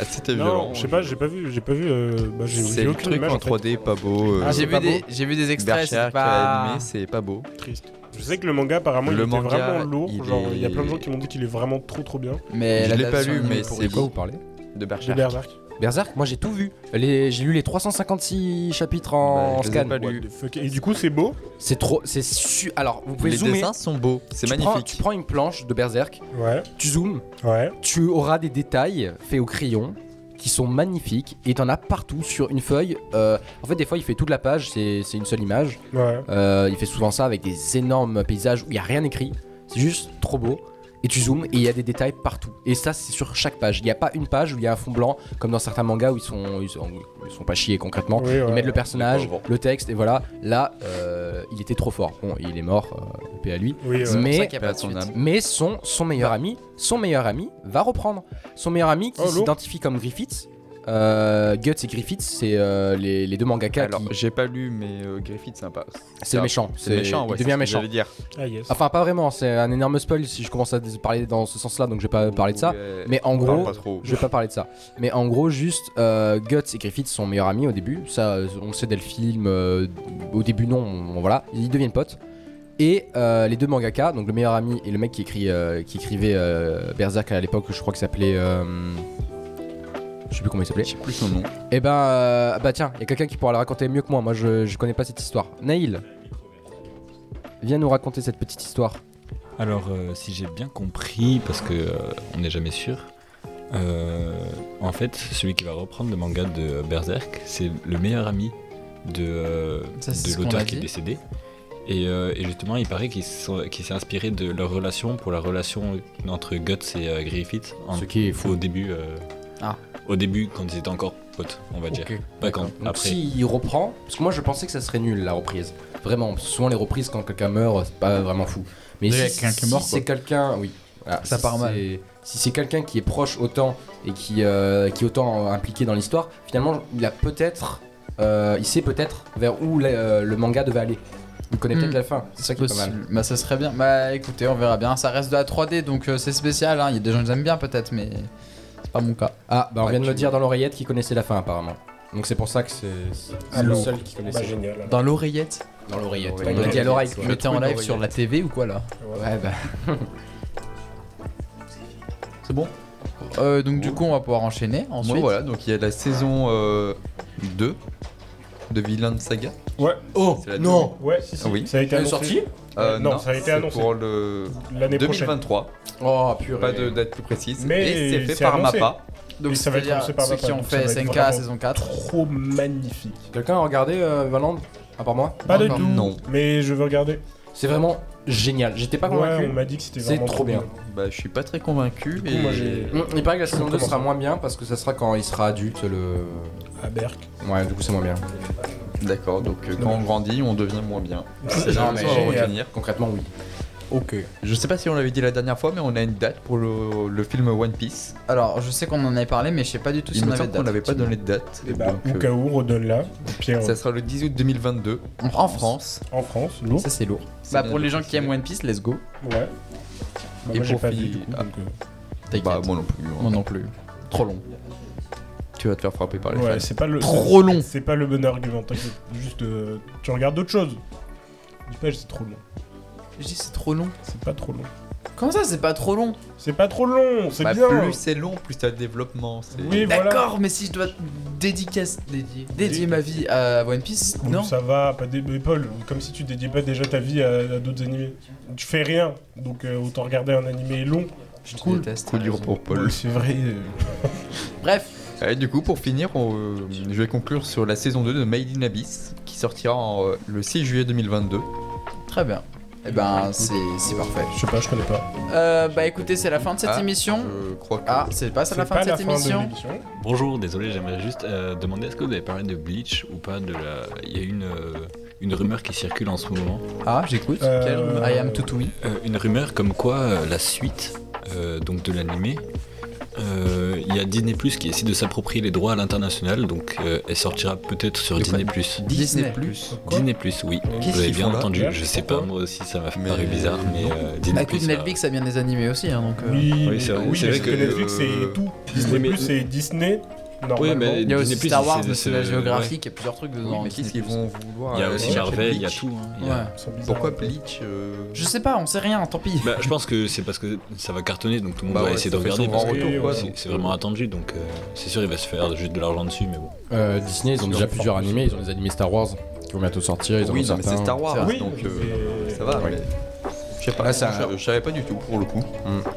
Speaker 7: ah, c'était violent.
Speaker 4: Non, je sais pas, j'ai pas vu, j'ai pas vu. euh, bah, j'ai
Speaker 7: C'est
Speaker 4: j'ai
Speaker 7: le
Speaker 4: aucune
Speaker 7: truc
Speaker 4: image,
Speaker 7: en
Speaker 4: en fait.
Speaker 7: 3D pas beau. euh,
Speaker 4: Ah,
Speaker 3: j'ai
Speaker 4: c'est
Speaker 3: vu,
Speaker 4: pas
Speaker 3: des-
Speaker 4: beau.
Speaker 3: j'ai vu des extraits,
Speaker 7: Berserk
Speaker 3: c'était pas...
Speaker 7: animé, c'est pas beau.
Speaker 4: Triste. Je sais que le manga, apparemment,
Speaker 7: Le
Speaker 4: il
Speaker 7: manga,
Speaker 4: était vraiment lourd.
Speaker 7: il
Speaker 4: genre, il y a
Speaker 7: est-
Speaker 4: plein de gens qui m'ont dit qu'il est vraiment trop trop bien.
Speaker 3: Mais
Speaker 7: Je l'ai
Speaker 3: l'adaptation
Speaker 7: pas lu,
Speaker 3: animée
Speaker 7: mais
Speaker 3: pour
Speaker 7: c'est
Speaker 2: De
Speaker 3: les-
Speaker 2: quoi vous parlez
Speaker 7: De
Speaker 4: J'ai
Speaker 7: Berserk.
Speaker 4: Berserk.
Speaker 2: Berserk, moi j'ai tout vu. Les- J'ai lu les 356 chapitres en,
Speaker 7: Bah, je les ai
Speaker 2: scan.
Speaker 7: pas lus.
Speaker 4: What the fuck. Et du coup, c'est beau.
Speaker 2: C'est trop. C'est su. Alors, vous pouvez
Speaker 7: Les
Speaker 2: zoomer.
Speaker 7: dessins sont beaux, c'est
Speaker 2: Tu prends-
Speaker 7: magnifique.
Speaker 2: tu prends une planche de Berserk,
Speaker 4: Ouais,
Speaker 2: tu zoomes,
Speaker 4: ouais.
Speaker 2: tu auras des détails faits au crayon qui sont magnifiques et t'en as partout sur une feuille. Euh, en fait, des fois, il fait toute la page, c'est c'est une seule image.
Speaker 4: Ouais.
Speaker 2: Euh, il fait souvent ça avec des énormes paysages où il n'y a rien écrit. C'est juste trop beau. Et tu zoomes et il y a des détails partout. Et ça, c'est sur chaque page. Il n'y a pas une page où il y a un fond blanc, comme dans certains mangas où ils sont, ils sont, ils sont pas chiés concrètement.
Speaker 4: Oui, ouais.
Speaker 2: Ils mettent le personnage,
Speaker 7: pauvres.
Speaker 2: le texte, et voilà. Là, euh, il était trop fort. Bon, il est mort, euh, paix à lui.
Speaker 4: Oui, ouais.
Speaker 3: C'est pour ça
Speaker 2: Mais
Speaker 3: qu'il y a pas de
Speaker 7: Son
Speaker 3: suite.
Speaker 7: âme.
Speaker 2: mais son, son meilleur ami, son meilleur ami va reprendre. Son meilleur ami qui
Speaker 4: Oh, lourd.
Speaker 2: s'identifie comme Griffiths. euh, Guts et Griffiths, c'est euh, les, les deux mangaka
Speaker 7: Alors,
Speaker 2: qui.
Speaker 7: j'ai pas lu, mais euh, Griffith, c'est sympa.
Speaker 2: C'est le méchant.
Speaker 7: C'est méchant, ouais.
Speaker 2: Il devient
Speaker 7: c'est ce que
Speaker 2: méchant.
Speaker 7: j'allais dire.
Speaker 4: Ah yes.
Speaker 2: Enfin, pas vraiment, c'est un énorme spoil si je commence à parler dans ce sens-là, donc je vais pas parler de ça.
Speaker 7: Ouais,
Speaker 2: Mais en
Speaker 7: on parle
Speaker 2: gros,
Speaker 7: pas trop.
Speaker 2: je vais pas parler de ça. Mais en gros, juste euh, Guts et Griffith sont meilleurs amis au début. Ça, euh, on le sait dès le film. euh, au début, non. on- voilà, ils deviennent potes. Et euh, les deux mangaka, donc le meilleur ami et le mec qui, écrit, euh, qui écrivait euh, Berserk à l'époque, je crois qu'il s'appelait. euh, je sais plus comment il s'appelait.
Speaker 7: Je sais plus son nom.
Speaker 2: Et ben, euh, bah tiens, il y a quelqu'un qui pourra le raconter mieux que moi. Moi, je, je connais pas cette histoire. Naïl, viens nous raconter cette petite histoire.
Speaker 9: Alors, euh, si j'ai bien compris, parce que euh, on n'est jamais sûr, euh, en fait, celui qui va reprendre le manga de Berserk, c'est le meilleur ami de, euh,
Speaker 3: Ça, c'est
Speaker 9: de
Speaker 3: ce qu'on
Speaker 9: l'auteur
Speaker 3: m'a
Speaker 9: qui est
Speaker 3: dit.
Speaker 9: décédé. Et, euh, et justement, il paraît qu'il s'en- qu'il s'est inspiré de leur relation pour la relation entre Guts et euh, Griffith en-
Speaker 2: Ce qui est faux.
Speaker 9: au début. euh,
Speaker 3: Ah.
Speaker 9: Au début, quand ils étaient encore potes, on va dire.
Speaker 2: Ok.
Speaker 9: Pas quand,
Speaker 2: Donc
Speaker 9: après.
Speaker 2: s'il reprend, parce que moi je pensais que ça serait nul la reprise. Vraiment, parce que souvent les reprises quand quelqu'un meurt, c'est pas vraiment fou. Mais
Speaker 3: Oui,
Speaker 2: si,
Speaker 3: avec quelqu'un qui est
Speaker 2: si
Speaker 3: mort,
Speaker 2: c'est quelqu'un, oui. Voilà,
Speaker 3: Ça
Speaker 2: si
Speaker 3: part mal.
Speaker 2: c'est- Si c'est quelqu'un qui est proche autant et qui, euh, qui est autant euh, impliqué dans l'histoire, finalement il a peut-être, euh, il sait peut-être vers où la- euh, le manga devait aller. Il connaît
Speaker 3: Hmm.
Speaker 2: peut-être la fin. C'est ça qui est pas mal.
Speaker 3: Possible. Bah ça serait bien. Bah écoutez, on verra bien. Ça reste de la 3D donc euh, c'est spécial. hein. Il y a des gens qui aiment bien peut-être, mais c'est pas mon cas.
Speaker 2: Ah, bah on
Speaker 3: Ouais,
Speaker 2: vient de me
Speaker 3: tu-
Speaker 2: dire dans l'oreillette qu'il connaissait la fin apparemment. Donc c'est pour ça que c'est c'est le
Speaker 4: lourd.
Speaker 2: seul qui
Speaker 4: Bah,
Speaker 2: connaissait.
Speaker 4: génial.
Speaker 3: Dans l'oreillette.
Speaker 2: dans l'oreillette.
Speaker 4: Dans
Speaker 2: Il m'a dit à l'oreille. bah.
Speaker 3: Tu étais en live sur la TV ou quoi là
Speaker 4: Ouais.
Speaker 3: Ouais bah. C'est bon Euh, Donc du coup, on va pouvoir enchaîner ensuite.
Speaker 7: Bon, voilà, donc il y a la saison euh, 2 de Villain Saga.
Speaker 4: Ouais,
Speaker 2: Oh
Speaker 7: C'est la
Speaker 2: non
Speaker 4: ouais, si, si.
Speaker 7: Ah oui.
Speaker 4: Ça a été
Speaker 2: Elle est
Speaker 4: annoncé.
Speaker 2: sortie
Speaker 7: Euh,
Speaker 4: Non, ça a été
Speaker 7: c'est
Speaker 4: annoncé.
Speaker 7: pour le
Speaker 4: L'année prochaine.
Speaker 7: 2023.
Speaker 2: Oh purée.
Speaker 7: Pas de date plus précise.
Speaker 4: Mais
Speaker 7: et c'est fait
Speaker 4: c'est
Speaker 7: par
Speaker 4: annoncé.
Speaker 7: MAPPA.
Speaker 3: Donc
Speaker 4: Et ça va être
Speaker 3: c'est-à-dire
Speaker 4: annoncé par
Speaker 3: ceux
Speaker 4: Papa,
Speaker 3: qui ont
Speaker 4: donc
Speaker 3: fait
Speaker 4: ça va être
Speaker 3: SNK
Speaker 4: vraiment
Speaker 3: saison 4.
Speaker 4: Trop magnifique.
Speaker 2: Quelqu'un a regardé euh, Valland À part moi
Speaker 4: Pas du
Speaker 3: Encore
Speaker 4: tout.
Speaker 7: non.
Speaker 4: Mais je veux regarder.
Speaker 2: C'est vraiment génial. J'étais pas
Speaker 4: Ouais,
Speaker 2: convaincu.
Speaker 4: on m'a dit que c'était
Speaker 2: C'est
Speaker 4: vraiment
Speaker 2: trop bien.
Speaker 7: Bah, je suis pas très convaincu.
Speaker 4: Du coup,
Speaker 7: et-
Speaker 4: moi, j'ai-
Speaker 2: Mm, Il paraît que la
Speaker 4: Je
Speaker 2: saison 2
Speaker 4: commence.
Speaker 2: sera moins bien parce que ça sera quand il sera adulte le.
Speaker 4: À Berck.
Speaker 2: Ouais, du coup c'est moins bien.
Speaker 7: D'accord, donc euh, quand on grandit, on devient moins bien. C'est
Speaker 2: Non,
Speaker 7: la
Speaker 2: mais
Speaker 7: leçon à
Speaker 2: génial.
Speaker 7: retenir.
Speaker 2: Concrètement, oui. Ok.
Speaker 7: Je sais pas si on l'avait dit la dernière fois, mais on a une date pour le, le film One Piece.
Speaker 3: Alors, je sais qu'on en avait parlé, mais je sais pas du tout si
Speaker 7: Il
Speaker 3: on
Speaker 7: me
Speaker 3: avait
Speaker 7: semble
Speaker 3: de
Speaker 7: qu'on
Speaker 3: date,
Speaker 7: n'avait pas
Speaker 3: effectivement.
Speaker 7: donné de date.
Speaker 4: Et bah,
Speaker 7: donc,
Speaker 4: au
Speaker 7: euh,
Speaker 4: cas où, redonne là. Pierre,
Speaker 7: ça sera le 10 août 2022 en France.
Speaker 4: en France, lourd.
Speaker 3: Ça, c'est lourd.
Speaker 7: C'est
Speaker 3: Bah,
Speaker 7: bien
Speaker 3: pour les gens
Speaker 7: précisé.
Speaker 3: qui aiment One Piece, let's go.
Speaker 4: Ouais. Bah,
Speaker 7: Et
Speaker 4: moi, j'ai
Speaker 7: pour
Speaker 4: pas
Speaker 7: filles-
Speaker 4: vu, du coup,
Speaker 7: ah.
Speaker 4: donc, euh,
Speaker 3: T'inquiète.
Speaker 7: Bah, moi non plus. hein.
Speaker 3: Moi non plus. Trop long.
Speaker 7: Tu vas te faire frapper par les
Speaker 4: Ouais,
Speaker 7: fans.
Speaker 4: c'est pas le.
Speaker 3: Trop long.
Speaker 4: C'est pas le bon argument. t'inquiète. Juste, euh, tu regardes d'autres choses. Dis pas, c'est trop long.
Speaker 3: Je dis c'est trop long.
Speaker 4: C'est pas trop long.
Speaker 3: Comment ça, c'est pas trop long
Speaker 4: C'est pas trop long, c'est
Speaker 7: Bah,
Speaker 4: bien.
Speaker 7: plus c'est long, plus t'as de développement. c'est-
Speaker 4: Oui, voilà.
Speaker 3: D'accord, mais si je dois dédicace, dédier, dédier ma vie à One Piece,
Speaker 4: Bon,
Speaker 3: non.
Speaker 4: Ça va, pas des mais Paul, comme si tu dédiais pas déjà ta vie à, à d'autres animés. Tu fais rien, donc euh, autant regarder un animé long.
Speaker 3: Je te
Speaker 4: cool.
Speaker 3: déteste.
Speaker 7: Coup
Speaker 3: t'as
Speaker 7: dur
Speaker 3: raison.
Speaker 7: pour Paul.
Speaker 4: C'est vrai. euh,
Speaker 3: Bref,
Speaker 7: Et Euh, du coup, pour finir, on, euh, je vais conclure sur la saison 2 de Made in Abyss qui sortira en, euh, le 6 juillet 2022.
Speaker 3: très bien. Eh ben, c'est c'est parfait.
Speaker 4: Je sais pas, je connais pas.
Speaker 3: Euh, bah écoutez, c'est la fin de cette
Speaker 7: Ah,
Speaker 3: émission.
Speaker 7: Je crois que.
Speaker 3: Ah, c'est pas ça la
Speaker 4: C'est
Speaker 3: fin
Speaker 4: pas
Speaker 3: de cette émission Euh,
Speaker 9: Bonjour, désolé, j'aimerais juste euh, demander est-ce que vous avez parlé de Bleach ou pas de la... Il y a une, euh, une rumeur qui circule en ce moment.
Speaker 3: Ah, j'écoute.
Speaker 4: Euh,
Speaker 3: Quelle rumeur I am Tutui.
Speaker 9: Euh, une rumeur comme quoi euh, la suite euh, donc de l'animé, euh, il y a Disney Plus qui essaie de s'approprier les droits à l'international, donc euh, elle sortira peut-être sur
Speaker 7: De quoi
Speaker 9: Disney Plus.
Speaker 3: Disney
Speaker 7: Plus. Euh,
Speaker 9: Disney Plus, oui.
Speaker 7: Qu'est-ce
Speaker 9: Vous avez
Speaker 7: qu'ils
Speaker 9: bien
Speaker 7: font là
Speaker 9: entendu.
Speaker 4: Là,
Speaker 9: Je sais pas,
Speaker 4: pourquoi
Speaker 9: moi aussi ça m'a
Speaker 7: Mais-
Speaker 9: paru bizarre, mais euh, Disney
Speaker 3: Bah écoute,
Speaker 9: Plus,
Speaker 3: Netflix a bien des animés aussi, hein, donc. euh,
Speaker 4: Oui,
Speaker 9: Oui, c'est vrai-
Speaker 4: oui,
Speaker 9: c'est
Speaker 4: mais parce
Speaker 9: vrai que,
Speaker 4: que Netflix,
Speaker 7: euh,
Speaker 4: c'est tout. Disney+,
Speaker 9: mais-
Speaker 4: c'est Disney, normalement.
Speaker 9: Oui, mais-
Speaker 3: Il y a aussi
Speaker 9: Disney+,
Speaker 3: Star
Speaker 9: c'est-
Speaker 3: Wars,
Speaker 9: c'est-
Speaker 3: c'est la
Speaker 9: ouais.
Speaker 3: géographique, il y a plusieurs trucs
Speaker 7: Oui,
Speaker 3: dedans.
Speaker 7: mais
Speaker 3: Disney+.
Speaker 7: qu'est-ce qu'ils vont vouloir
Speaker 9: il y a
Speaker 7: euh,
Speaker 9: aussi
Speaker 7: chercher
Speaker 9: Marvel, il y a
Speaker 7: Bleach
Speaker 9: tout. hein, il y a-
Speaker 3: Ouais.
Speaker 4: Ils sont bizarres.
Speaker 7: Pourquoi Bleach euh,
Speaker 3: Je sais pas, on sait rien, tant pis.
Speaker 9: Bah, je pense que c'est parce que ça va cartonner, donc tout le monde
Speaker 7: Bah
Speaker 9: va
Speaker 7: ouais,
Speaker 9: essayer de
Speaker 7: ça fait
Speaker 9: regarder.
Speaker 7: son
Speaker 9: parce
Speaker 7: grand
Speaker 9: que
Speaker 4: retour, quoi,
Speaker 9: c'est-
Speaker 4: donc,
Speaker 9: C'est vraiment attendu, donc euh, c'est sûr, il va se faire juste de l'argent dessus, mais bon.
Speaker 2: Euh, Disney, ils ont déjà
Speaker 4: Leur
Speaker 2: plusieurs
Speaker 4: forme.
Speaker 2: animés. Ils ont des animés Star Wars qui vont bientôt sortir. Ils en
Speaker 7: euh, Oui,
Speaker 2: ont
Speaker 7: non, mais
Speaker 2: certains.
Speaker 7: c'est Star Wars,
Speaker 4: Oui,
Speaker 7: donc euh,
Speaker 4: mais-
Speaker 7: ça va.
Speaker 2: Oui.
Speaker 7: mais Je sais pas,
Speaker 2: Là, ça-
Speaker 7: je, je savais pas du tout pour le coup.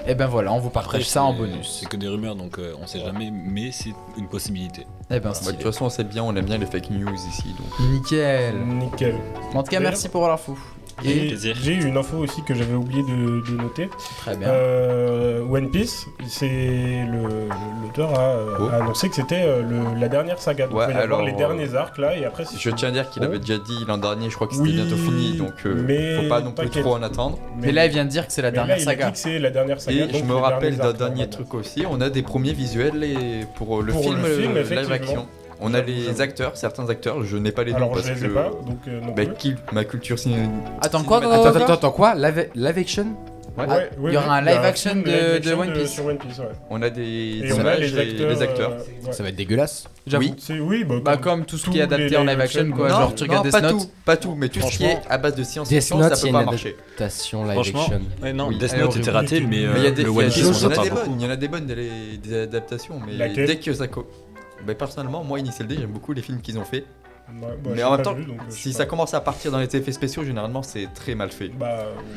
Speaker 3: Et ben voilà, on vous
Speaker 9: Après,
Speaker 3: partage ça en
Speaker 9: c'est-
Speaker 3: bonus.
Speaker 9: C'est que des rumeurs, donc euh, on sait jamais, mais c'est une possibilité.
Speaker 3: Eh ben
Speaker 7: Bah, de toute
Speaker 3: stylé.
Speaker 7: façon, on sait bien, on aime bien les fake news ici. Donc.
Speaker 3: Nickel.
Speaker 4: Nickel.
Speaker 3: En tout cas,
Speaker 4: D'ailleurs-
Speaker 3: merci pour l'info.
Speaker 9: Avec
Speaker 4: Et
Speaker 9: plaisir.
Speaker 4: j'ai eu une info aussi que j'avais oublié de, de noter.
Speaker 3: Très bien.
Speaker 4: Euh, One Piece, c'est le- l'auteur a, euh,
Speaker 7: Oh.
Speaker 4: a annoncé que c'était euh, le- la dernière saga. Donc
Speaker 7: Ouais,
Speaker 4: il va y avoir
Speaker 7: alors,
Speaker 4: les
Speaker 7: euh,
Speaker 4: derniers arcs là et après c'est
Speaker 7: Je tiens à dire qu'il
Speaker 4: Oh.
Speaker 7: avait déjà dit l'an dernier, je crois que c'était
Speaker 4: Oui,
Speaker 7: bientôt fini, donc euh,
Speaker 4: mais
Speaker 7: faut pas non plus
Speaker 4: t'inquiète.
Speaker 7: trop en attendre.
Speaker 3: Mais là, il vient de dire que c'est la
Speaker 4: mais là,
Speaker 3: dernière
Speaker 4: il a
Speaker 3: saga.
Speaker 4: dit que c'est la dernière saga.
Speaker 7: Et
Speaker 4: donc
Speaker 7: je me
Speaker 4: les
Speaker 7: rappelle
Speaker 4: derniers
Speaker 7: d'un
Speaker 4: arcs,
Speaker 7: dernier
Speaker 4: normalement.
Speaker 7: truc aussi, on a des premiers visuels et pour euh, le
Speaker 4: Pour
Speaker 7: film,
Speaker 4: le film,
Speaker 7: live
Speaker 4: effectivement.
Speaker 7: action. On a
Speaker 4: J'avoue,
Speaker 7: les
Speaker 4: j'avoue.
Speaker 7: acteurs, certains acteurs, je n'ai pas les noms
Speaker 4: Alors
Speaker 7: parce
Speaker 4: je les
Speaker 7: que
Speaker 4: ai pas, donc euh, non
Speaker 7: bah,
Speaker 4: plus.
Speaker 7: qui- ma culture ciné-
Speaker 3: Attends, quoi,
Speaker 7: cinématographique-
Speaker 3: quoi,
Speaker 2: Attends, attends, attends, quoi Live live action
Speaker 7: Ouais.
Speaker 3: Ah,
Speaker 4: Ouais,
Speaker 3: il y
Speaker 4: ouais,
Speaker 3: aura
Speaker 4: ouais,
Speaker 3: un
Speaker 4: il y a
Speaker 3: live action
Speaker 4: film
Speaker 3: de-
Speaker 4: live
Speaker 3: de
Speaker 4: action
Speaker 3: One Piece.
Speaker 4: Sur One Piece, ouais.
Speaker 7: On a des
Speaker 4: Et on a les
Speaker 7: images et
Speaker 4: acteurs.
Speaker 7: les acteurs.
Speaker 4: euh, ouais.
Speaker 2: Ça va être dégueulasse.
Speaker 3: J'avoue.
Speaker 7: Oui.
Speaker 4: C'est- oui, bah,
Speaker 3: Bah
Speaker 4: comme-
Speaker 3: comme tout ce
Speaker 4: tous
Speaker 3: qui est adapté
Speaker 4: les
Speaker 3: en
Speaker 4: live
Speaker 3: live action,
Speaker 4: action,
Speaker 3: quoi.
Speaker 4: non,
Speaker 3: genre tu regardes
Speaker 7: pas
Speaker 3: Death Note.
Speaker 7: tout, pas tout, mais tout ce qui est
Speaker 2: Franchement,
Speaker 7: à base de science
Speaker 2: Death
Speaker 7: fiction, ça
Speaker 2: Note, il y
Speaker 7: peut
Speaker 2: a
Speaker 7: pas
Speaker 2: une
Speaker 7: marcher.
Speaker 2: adaptation live
Speaker 9: Franchement,
Speaker 2: action.
Speaker 9: ouais, non,
Speaker 7: Oui.
Speaker 9: Death
Speaker 7: Elle est
Speaker 9: Note était
Speaker 4: horrible.
Speaker 9: raté, mais, euh,
Speaker 7: Mais il y a des,
Speaker 9: le
Speaker 7: il y a
Speaker 9: One
Speaker 7: des-
Speaker 9: Piece,
Speaker 7: il
Speaker 9: on
Speaker 7: y en a
Speaker 9: s'attend
Speaker 7: des
Speaker 9: beaucoup.
Speaker 7: bonnes, il y en a des bonnes des, des adaptations, mais
Speaker 4: Laquelle
Speaker 7: dès que ça. co- Bah, personnellement, moi, Initial D, j'aime beaucoup les films qu'ils ont fait.
Speaker 4: Ouais, bah,
Speaker 7: mais
Speaker 4: j'ai
Speaker 7: en même
Speaker 4: pas
Speaker 7: temps,
Speaker 4: vu, donc, euh, je
Speaker 7: si
Speaker 4: sais
Speaker 7: ça
Speaker 4: pas.
Speaker 7: commence à partir dans les effets spéciaux, généralement, c'est très mal fait.
Speaker 4: Bah,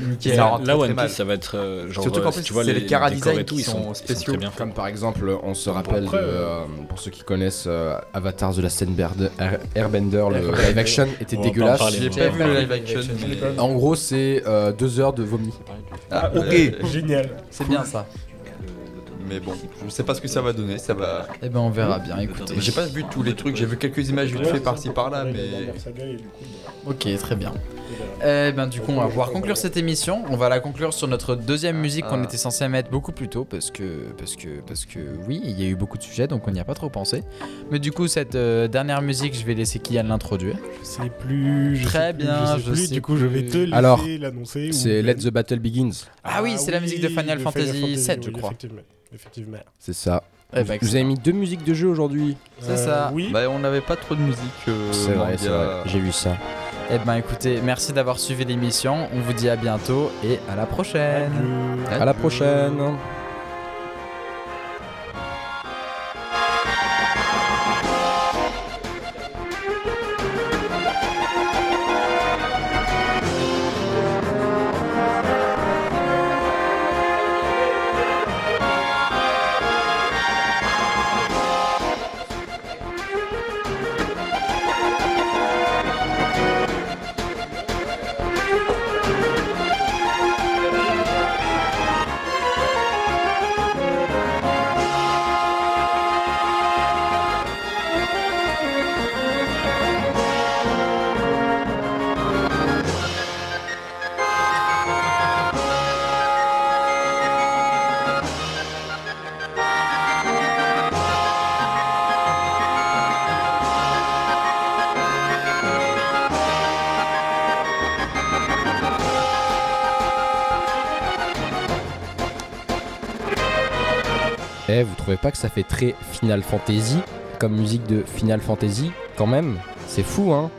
Speaker 4: euh,
Speaker 7: Et
Speaker 9: Et
Speaker 7: ça rentre très,
Speaker 9: là, One
Speaker 7: très mal.
Speaker 9: Piece, ça va être euh, genre.
Speaker 7: Surtout qu'en
Speaker 9: euh,
Speaker 7: plus,
Speaker 9: si tu vois
Speaker 7: c'est les
Speaker 9: décors
Speaker 7: chara-designs
Speaker 9: et tout,
Speaker 7: qui
Speaker 9: ils
Speaker 7: sont
Speaker 9: sont, ils sont
Speaker 7: spéciaux.
Speaker 9: très bien faits.
Speaker 2: Comme par exemple, on se rappelle,
Speaker 4: Après,
Speaker 2: de, euh, pour ceux qui connaissent euh, Avatar de la scène Berde- Air- Airbender, le
Speaker 3: Airbender.
Speaker 2: live action était
Speaker 9: On va pas en
Speaker 2: dégueulasse.
Speaker 9: parler,
Speaker 7: J'ai
Speaker 9: mais
Speaker 7: pas
Speaker 9: on
Speaker 7: vu
Speaker 9: va en
Speaker 7: le
Speaker 9: parler.
Speaker 7: live action,
Speaker 4: Je l'ai
Speaker 7: mais.
Speaker 4: pas vu.
Speaker 2: En gros, c'est euh, deux heures de vomi.
Speaker 7: Ah,
Speaker 4: ok.
Speaker 7: euh,
Speaker 4: Génial.
Speaker 3: C'est bien ça.
Speaker 7: Mais bon, je sais pas ce que ça va donner, ça va.
Speaker 3: Eh ben on verra bien, écoutez.
Speaker 7: J'ai pas vu tous les trucs, j'ai vu quelques images vite fait par-ci par-là, mais.
Speaker 3: Ok, très bien. Eh ben du coup on va pouvoir conclure cette émission. On va la conclure sur notre deuxième musique qu'on
Speaker 7: ah.
Speaker 3: était censé mettre beaucoup plus tôt parce que parce que parce que oui il y a eu beaucoup de sujets donc on n'y a pas trop pensé. Mais du coup cette euh, dernière musique je vais laisser Kian l'introduire.
Speaker 4: Je sais plus.
Speaker 3: je Très sais plus, je bien, sais je plus, sais
Speaker 4: Du coup, je vais te
Speaker 3: plus.
Speaker 2: Alors,
Speaker 4: laisser l'annoncer. ou-
Speaker 2: C'est Let the Battle Begins.
Speaker 3: Ah oui, c'est la musique de Final Fantasy VII, je
Speaker 4: oui,
Speaker 3: crois.
Speaker 4: Effectivement. effectivement.
Speaker 2: C'est ça.
Speaker 3: Eh
Speaker 2: vous
Speaker 3: ben,
Speaker 2: vous avez mis deux musiques de jeu aujourd'hui.
Speaker 3: C'est ça.
Speaker 4: Oui.
Speaker 7: Bah, on n'avait pas trop de musique. euh,
Speaker 2: c'est vrai,
Speaker 7: manga.
Speaker 2: c'est vrai. J'ai vu ça.
Speaker 3: Eh ben écoutez merci d'avoir suivi l'émission. On vous dit à bientôt et à la prochaine.
Speaker 4: Adieu.
Speaker 2: À la prochaine. Eh, vous trouvez pas que ça fait très Final Fantasy comme musique de Final Fantasy quand même C'est fou, hein